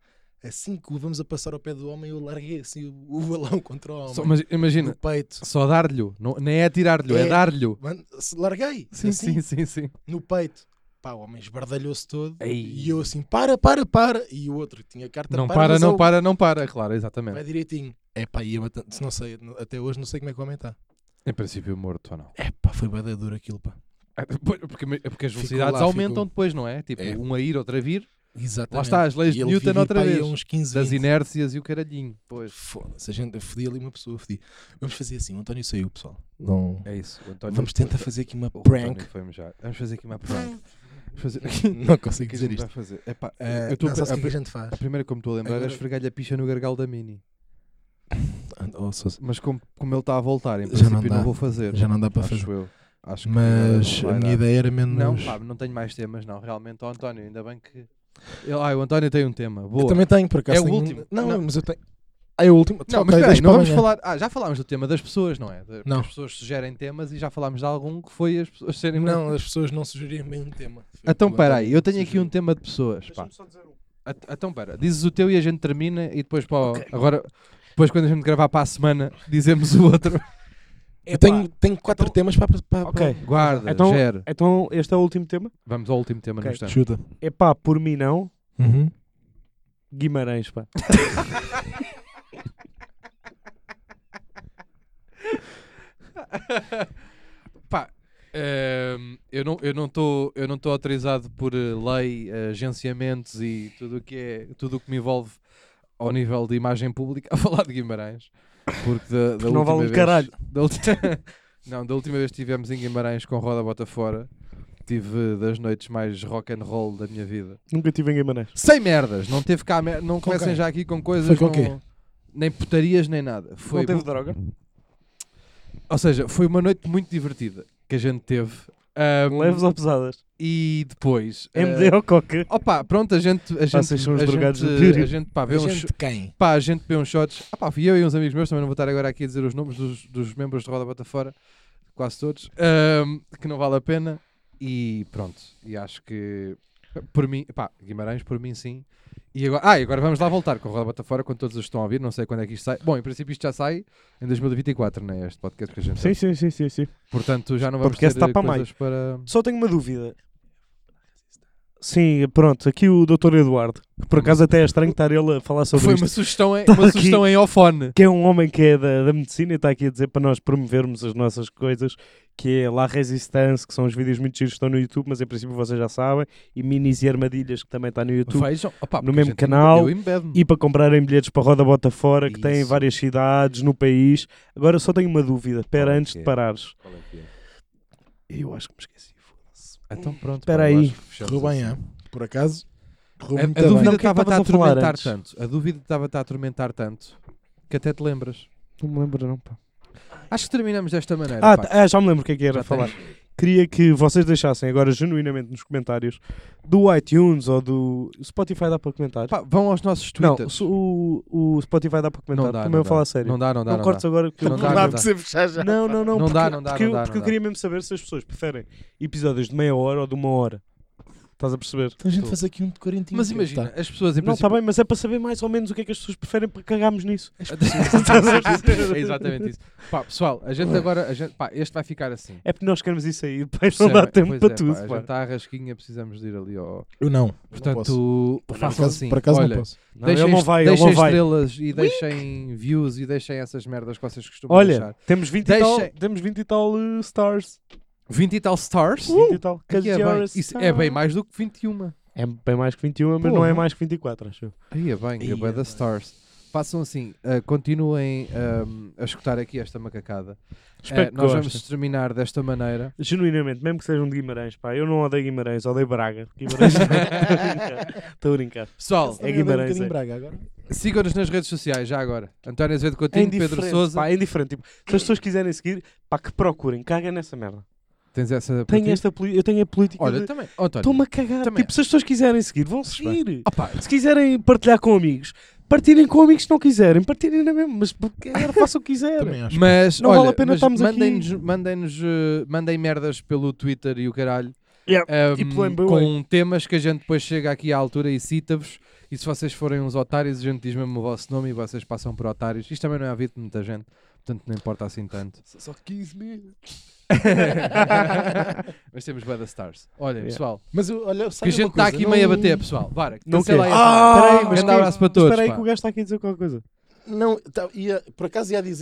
Speaker 4: Assim que o vamos a passar ao pé do homem, eu larguei assim o, o balão contra o homem.
Speaker 3: Só- mas imagina,
Speaker 4: no peito.
Speaker 3: só dar-lhe, não, nem é atirar-lhe, é,
Speaker 4: É.
Speaker 3: dar-lhe.
Speaker 4: Mano, se- larguei.
Speaker 3: Sim,
Speaker 4: assim,
Speaker 3: sim, sim, sim.
Speaker 4: no peito. Pá, o homem esbardalhou-se todo.
Speaker 3: Ei.
Speaker 4: E eu assim, para, para, para. E o outro que tinha carta
Speaker 3: Não
Speaker 4: mas
Speaker 3: para,
Speaker 4: é
Speaker 3: não
Speaker 4: o-
Speaker 3: para, não para, claro, exatamente.
Speaker 4: Vai direitinho. É pá, ia matando. se Não sei, até hoje não sei como é que o homem está.
Speaker 3: Em princípio, morto ou não.
Speaker 4: É pá, foi bada duro aquilo, pá.
Speaker 3: Ah, depois- Porque, é porque as
Speaker 4: Ficou
Speaker 3: velocidades
Speaker 4: lá,
Speaker 3: aumentam
Speaker 4: ficou.
Speaker 3: depois, não é? Tipo,
Speaker 4: É.
Speaker 3: um a ir, outro a vir.
Speaker 4: Exatamente.
Speaker 3: Lá está, as
Speaker 4: E
Speaker 3: leis de
Speaker 4: ele
Speaker 3: Newton
Speaker 4: vivia,
Speaker 3: outra
Speaker 4: pá, aí
Speaker 3: vez.
Speaker 4: Uns 15,
Speaker 3: Das
Speaker 4: 20.
Speaker 3: inércias e o caralhinho. Pois.
Speaker 4: Foda-se, a gente eu fodi ali uma pessoa, fodi. Vamos fazer assim, o António saiu, pessoal. Não.
Speaker 3: É isso. o António-
Speaker 4: Vamos tentar fazer aqui uma
Speaker 3: o
Speaker 4: prank.
Speaker 3: Oh, António foi-me já. Vamos fazer aqui uma prank. Vamos fazer...
Speaker 4: Não
Speaker 3: O
Speaker 4: consigo
Speaker 3: que a
Speaker 4: dizer
Speaker 3: gente
Speaker 4: isto.
Speaker 3: vai fazer? Epá,
Speaker 4: Eh,
Speaker 3: eu tô
Speaker 4: não,
Speaker 3: a-
Speaker 4: sabes o que é que
Speaker 3: a-
Speaker 4: a gente faz?
Speaker 3: a primeira como estou a lembrar
Speaker 4: Agora-
Speaker 3: é esfregar-lhe a picha no gargalo da Mini. Ah,
Speaker 4: Oh, Sousa,
Speaker 3: Mas como, como ele está a voltar, em
Speaker 4: Já
Speaker 3: princípio
Speaker 4: não
Speaker 3: não,
Speaker 4: dá.
Speaker 3: vou fazer.
Speaker 4: Já não dá para
Speaker 3: acho
Speaker 4: fazer.
Speaker 3: eu. Acho que
Speaker 4: Mas
Speaker 3: não
Speaker 4: a
Speaker 3: vai
Speaker 4: minha
Speaker 3: dar.
Speaker 4: ideia era menos.
Speaker 3: Não, pá, não tenho mais temas, não. Realmente, ó António, ainda bem que. Ele- Ah, o António tem um tema.
Speaker 4: Eu
Speaker 3: Boa.
Speaker 4: também tenho, por acaso.
Speaker 3: É o
Speaker 4: tenho um-
Speaker 3: último.
Speaker 4: Não,
Speaker 3: Não.
Speaker 4: mas eu tenho. Ah, é o último.
Speaker 3: Não,
Speaker 4: Só
Speaker 3: mas
Speaker 4: tenho
Speaker 3: espera aí,
Speaker 4: dois
Speaker 3: não
Speaker 4: para
Speaker 3: vamos
Speaker 4: amanhã.
Speaker 3: falar. Ah, já falámos do tema das pessoas, não é? Porque
Speaker 4: Não.
Speaker 3: As pessoas sugerem temas e já falámos de algum que foi as pessoas serem.
Speaker 4: Não, as pessoas não sugeriam bem um tema. Foi o
Speaker 3: Então,
Speaker 4: António
Speaker 3: espera aí, eu tenho aqui
Speaker 4: sugeriu.
Speaker 3: um tema de pessoas. Pá.
Speaker 2: Deixa-me só dizer um.
Speaker 3: At- Então, espera, dizes o teu e a gente termina e depois, pá, agora, depois quando a gente gravar para a semana, dizemos o outro.
Speaker 4: Eu tenho, tenho quatro
Speaker 2: Então-
Speaker 4: temas para. para,
Speaker 2: Ok.
Speaker 3: Guarda,
Speaker 2: Então-
Speaker 3: gera.
Speaker 2: Então, este é o último tema.
Speaker 3: Vamos ao último tema
Speaker 2: Ok.
Speaker 3: no
Speaker 4: para...
Speaker 3: instante.
Speaker 4: Chuta.
Speaker 2: É pá, por mim não.
Speaker 4: Uhum.
Speaker 2: Guimarães, pá.
Speaker 3: Pá, ehm, eu não eu não estou eu não estou autorizado por eh, lei, eh, agenciamentos e tudo o que é tudo o que me envolve ao nível de imagem pública a falar de Guimarães, porque da, da
Speaker 2: Porque
Speaker 3: última
Speaker 2: não vale um
Speaker 3: vez,
Speaker 2: caralho.
Speaker 3: da ulti- não, da última vez que estivemos em Guimarães com roda bota fora, tive das noites mais rock and roll da minha vida.
Speaker 2: Nunca tive em Guimarães.
Speaker 3: Sem merdas, não teve cá, mer- não comecem
Speaker 4: quem?
Speaker 3: já aqui com coisas
Speaker 4: Foi com
Speaker 3: não-
Speaker 4: quê?
Speaker 3: nem putarias nem nada. Foi
Speaker 2: não teve
Speaker 3: bu-
Speaker 2: droga.
Speaker 3: ou seja, foi uma noite muito divertida que a gente teve. Ahm,
Speaker 2: Leves ou pesadas?
Speaker 3: e depois. ah,
Speaker 2: MD ou coca?
Speaker 3: Opa, pronto, a gente. A gente
Speaker 2: É Vocês são os
Speaker 3: a
Speaker 2: drogados
Speaker 3: gente,
Speaker 2: do Pírio.
Speaker 3: A gente, pá, vê
Speaker 4: A
Speaker 3: uns.
Speaker 4: gente quem?
Speaker 3: Pá, a gente vê uns shots. Ah, pá, fui eu e uns amigos meus, também não vou estar agora aqui a dizer os nomes dos, dos membros de Roda Bota Fora, quase todos, ahm, que não vale a pena. E pronto, e acho que. Por mim, pá, Guimarães, por mim sim. E agora, ah, e agora vamos lá voltar com o Roda Bota Fora, quando todos os estão a ouvir, não sei quando é que isto sai. Bom, em princípio isto já sai em 2024, não é? Este podcast que a gente
Speaker 2: Sim, sim, sim, sim, sim.
Speaker 3: Portanto, já não vamos ter eh,
Speaker 2: podcast está para
Speaker 3: coisas para...
Speaker 2: Só tenho uma dúvida. Sim, pronto, aqui o Dr. Eduardo, que por acaso até é estranho estar ele a falar sobre
Speaker 3: Foi
Speaker 2: isto,
Speaker 3: uma sugestão em,
Speaker 2: Tá
Speaker 3: uma
Speaker 2: aqui.
Speaker 3: sugestão em ofone.
Speaker 2: que é um homem que é da, da medicina e está aqui a dizer para nós promovermos as nossas coisas, que é La Resistance, que são os vídeos muito giros que estão no YouTube, mas em princípio vocês já sabem, e Minis e Armadilhas, que também está no YouTube.
Speaker 3: Vejam, Opa,
Speaker 2: no
Speaker 3: porque a
Speaker 2: mesmo
Speaker 3: gente-
Speaker 2: canal,
Speaker 3: Eu embedo-me.
Speaker 2: E para comprarem bilhetes para Roda Bota Fora, que tem em
Speaker 3: Isso.
Speaker 2: várias cidades, no país. Agora só tenho uma dúvida,
Speaker 3: Qual
Speaker 2: pera,
Speaker 3: é
Speaker 2: antes
Speaker 3: que
Speaker 2: de
Speaker 3: é?
Speaker 2: parares.
Speaker 4: Eu acho que me esqueci. foda-se.
Speaker 3: Então pronto.
Speaker 2: Espera
Speaker 3: pá, eu
Speaker 2: aí.
Speaker 3: acho que fechamos
Speaker 4: Correu bem,
Speaker 3: assim.
Speaker 4: é? Por acaso? Correu
Speaker 3: A, a
Speaker 4: muito bem.
Speaker 3: dúvida
Speaker 2: Não, o que é que
Speaker 3: estava-te a
Speaker 2: estavas a falar
Speaker 3: atormentar
Speaker 2: antes?
Speaker 3: tanto. A dúvida estava-te a atormentar tanto que até te lembras.
Speaker 2: Não me lembro não, pá.
Speaker 3: Acho que terminamos desta maneira.
Speaker 2: Ah,
Speaker 3: pá.
Speaker 2: t- ah, já me lembro o que é que era
Speaker 3: Já
Speaker 2: falar. Queria que vocês deixassem agora genuinamente nos comentários do iTunes ou do Spotify dá para comentar?
Speaker 3: Pá, vão aos nossos
Speaker 2: não,
Speaker 3: twitters.
Speaker 2: se o, o Spotify dá para comentar, também vou falar a sério.
Speaker 3: Não dá, não dá.
Speaker 2: Não
Speaker 3: não
Speaker 2: cortes
Speaker 3: dá.
Speaker 2: agora que eu-
Speaker 3: Não dá, não dá.
Speaker 2: Não, não, não.
Speaker 3: Não
Speaker 2: porque,
Speaker 3: dá, não dá,
Speaker 2: Porque,
Speaker 3: não
Speaker 2: eu,
Speaker 3: dá,
Speaker 2: porque eu
Speaker 3: não dá.
Speaker 2: queria mesmo saber se as pessoas preferem episódios de meia hora ou de uma hora. Estás a perceber?
Speaker 4: Então a gente
Speaker 3: Tô.
Speaker 4: faz aqui um de 40
Speaker 3: Mas imagina, as pessoas em
Speaker 2: Não, está
Speaker 3: princípio...
Speaker 2: bem, mas é para saber mais ou menos o que é que as pessoas preferem para cagarmos nisso.
Speaker 3: é exatamente isso. Pá, pessoal, a gente agora... A gente, pá, este vai ficar assim.
Speaker 2: É porque nós queremos isso aí, depois não dá
Speaker 3: Percebem?
Speaker 2: tempo
Speaker 3: Pois
Speaker 2: para
Speaker 3: é,
Speaker 2: tudo.
Speaker 3: Pá, a
Speaker 2: pá.
Speaker 3: gente está à rasquinha, precisamos de ir ali ao...
Speaker 4: um. Eu não. eu não posso.
Speaker 3: Portanto,
Speaker 4: Por
Speaker 3: façam
Speaker 4: acaso-
Speaker 3: assim.
Speaker 4: Por acaso
Speaker 3: Olha,
Speaker 4: não posso.
Speaker 2: Não,
Speaker 3: deixem,
Speaker 2: ele não
Speaker 3: est-
Speaker 2: vai, ele
Speaker 3: deixem
Speaker 2: não vai.
Speaker 3: estrelas e deixem views e deixem essas merdas que vocês costumam
Speaker 2: Olha,
Speaker 3: deixar.
Speaker 2: temos 20 e
Speaker 3: Deixa-
Speaker 2: tal, temos 20 e tal eh, stars.
Speaker 3: 20 e tal stars.
Speaker 2: 20 e tal.
Speaker 3: Aqui é, bem,
Speaker 2: 'Cause
Speaker 3: isso
Speaker 2: you're a
Speaker 3: é bem
Speaker 2: star.
Speaker 3: mais do que 21.
Speaker 2: É bem mais que 21, mas não
Speaker 3: Porra.
Speaker 2: é mais que 24, acho eu.
Speaker 3: Aí é bem,
Speaker 4: Aí
Speaker 3: é
Speaker 4: é
Speaker 3: bem da
Speaker 4: bem.
Speaker 3: stars. Façam assim, ah, continuem ahm, a escutar aqui esta macacada.
Speaker 2: Espero
Speaker 3: Ah,
Speaker 2: que
Speaker 3: nós
Speaker 2: gostem.
Speaker 3: vamos terminar desta maneira.
Speaker 2: Genuinamente, mesmo que sejam de Guimarães, pá, eu não odeio Guimarães, odeio Braga. Guimarães, estou a brincar. Estou a brincar.
Speaker 3: Pessoal,
Speaker 2: É Guimarães,
Speaker 4: Um bocadinho
Speaker 2: é.
Speaker 4: Braga agora.
Speaker 3: sigam-nos nas redes sociais já agora. António Azevedo
Speaker 2: É
Speaker 3: Coutinho,
Speaker 2: indiferente,
Speaker 3: Pedro Souza.
Speaker 2: pá, é indiferente. Tipo, se as pessoas quiserem seguir, pá, que procurem, caga nessa merda.
Speaker 3: Tens essa para
Speaker 2: Tenho
Speaker 3: ti?
Speaker 2: esta, poli- eu tenho a política
Speaker 3: Olha,
Speaker 2: de...
Speaker 3: também. Oh, António.
Speaker 2: Estou-me a cagar.
Speaker 3: Também Ah,
Speaker 2: Tipo, se as pessoas quiserem seguir, vão seguir.
Speaker 3: Opa,
Speaker 2: Se quiserem partilhar com amigos, partilhem com amigos se não quiserem, partilhem na mesma, mas porque agora façam o que quiserem.
Speaker 4: Também acho.
Speaker 3: Mas,
Speaker 2: Não
Speaker 3: olha,
Speaker 2: vale a pena
Speaker 3: mas
Speaker 2: estarmos aqui.
Speaker 3: mandem-nos, mandem-nos, eh, mandem merdas pelo Twitter e o caralho.
Speaker 2: Yeah,
Speaker 3: ehm,
Speaker 2: e pelo MBA.
Speaker 3: com temas que a gente depois chega aqui à altura e cita-vos. E se vocês forem uns otários, a gente diz mesmo o vosso nome e vocês passam por otários. Isto também não é ouvido de muita gente, portanto não importa assim tanto.
Speaker 4: Só 15 mil.
Speaker 3: Mas temos Bada Stars. Olha,
Speaker 2: Yeah.
Speaker 3: pessoal,
Speaker 4: Mas eu- olha, sabe
Speaker 3: que a gente
Speaker 4: uma coisa?
Speaker 3: está aqui meio a
Speaker 4: Não-
Speaker 3: bater, pessoal. Vara,
Speaker 2: Não
Speaker 3: cancela aí
Speaker 2: quer.
Speaker 3: essa-
Speaker 2: Ah,
Speaker 3: Grande abraço para
Speaker 2: Espera
Speaker 3: todos.
Speaker 2: aí
Speaker 3: pá.
Speaker 2: que o gajo está aqui a dizer qualquer coisa.
Speaker 4: Não, tá- ia, por acaso ia dizer.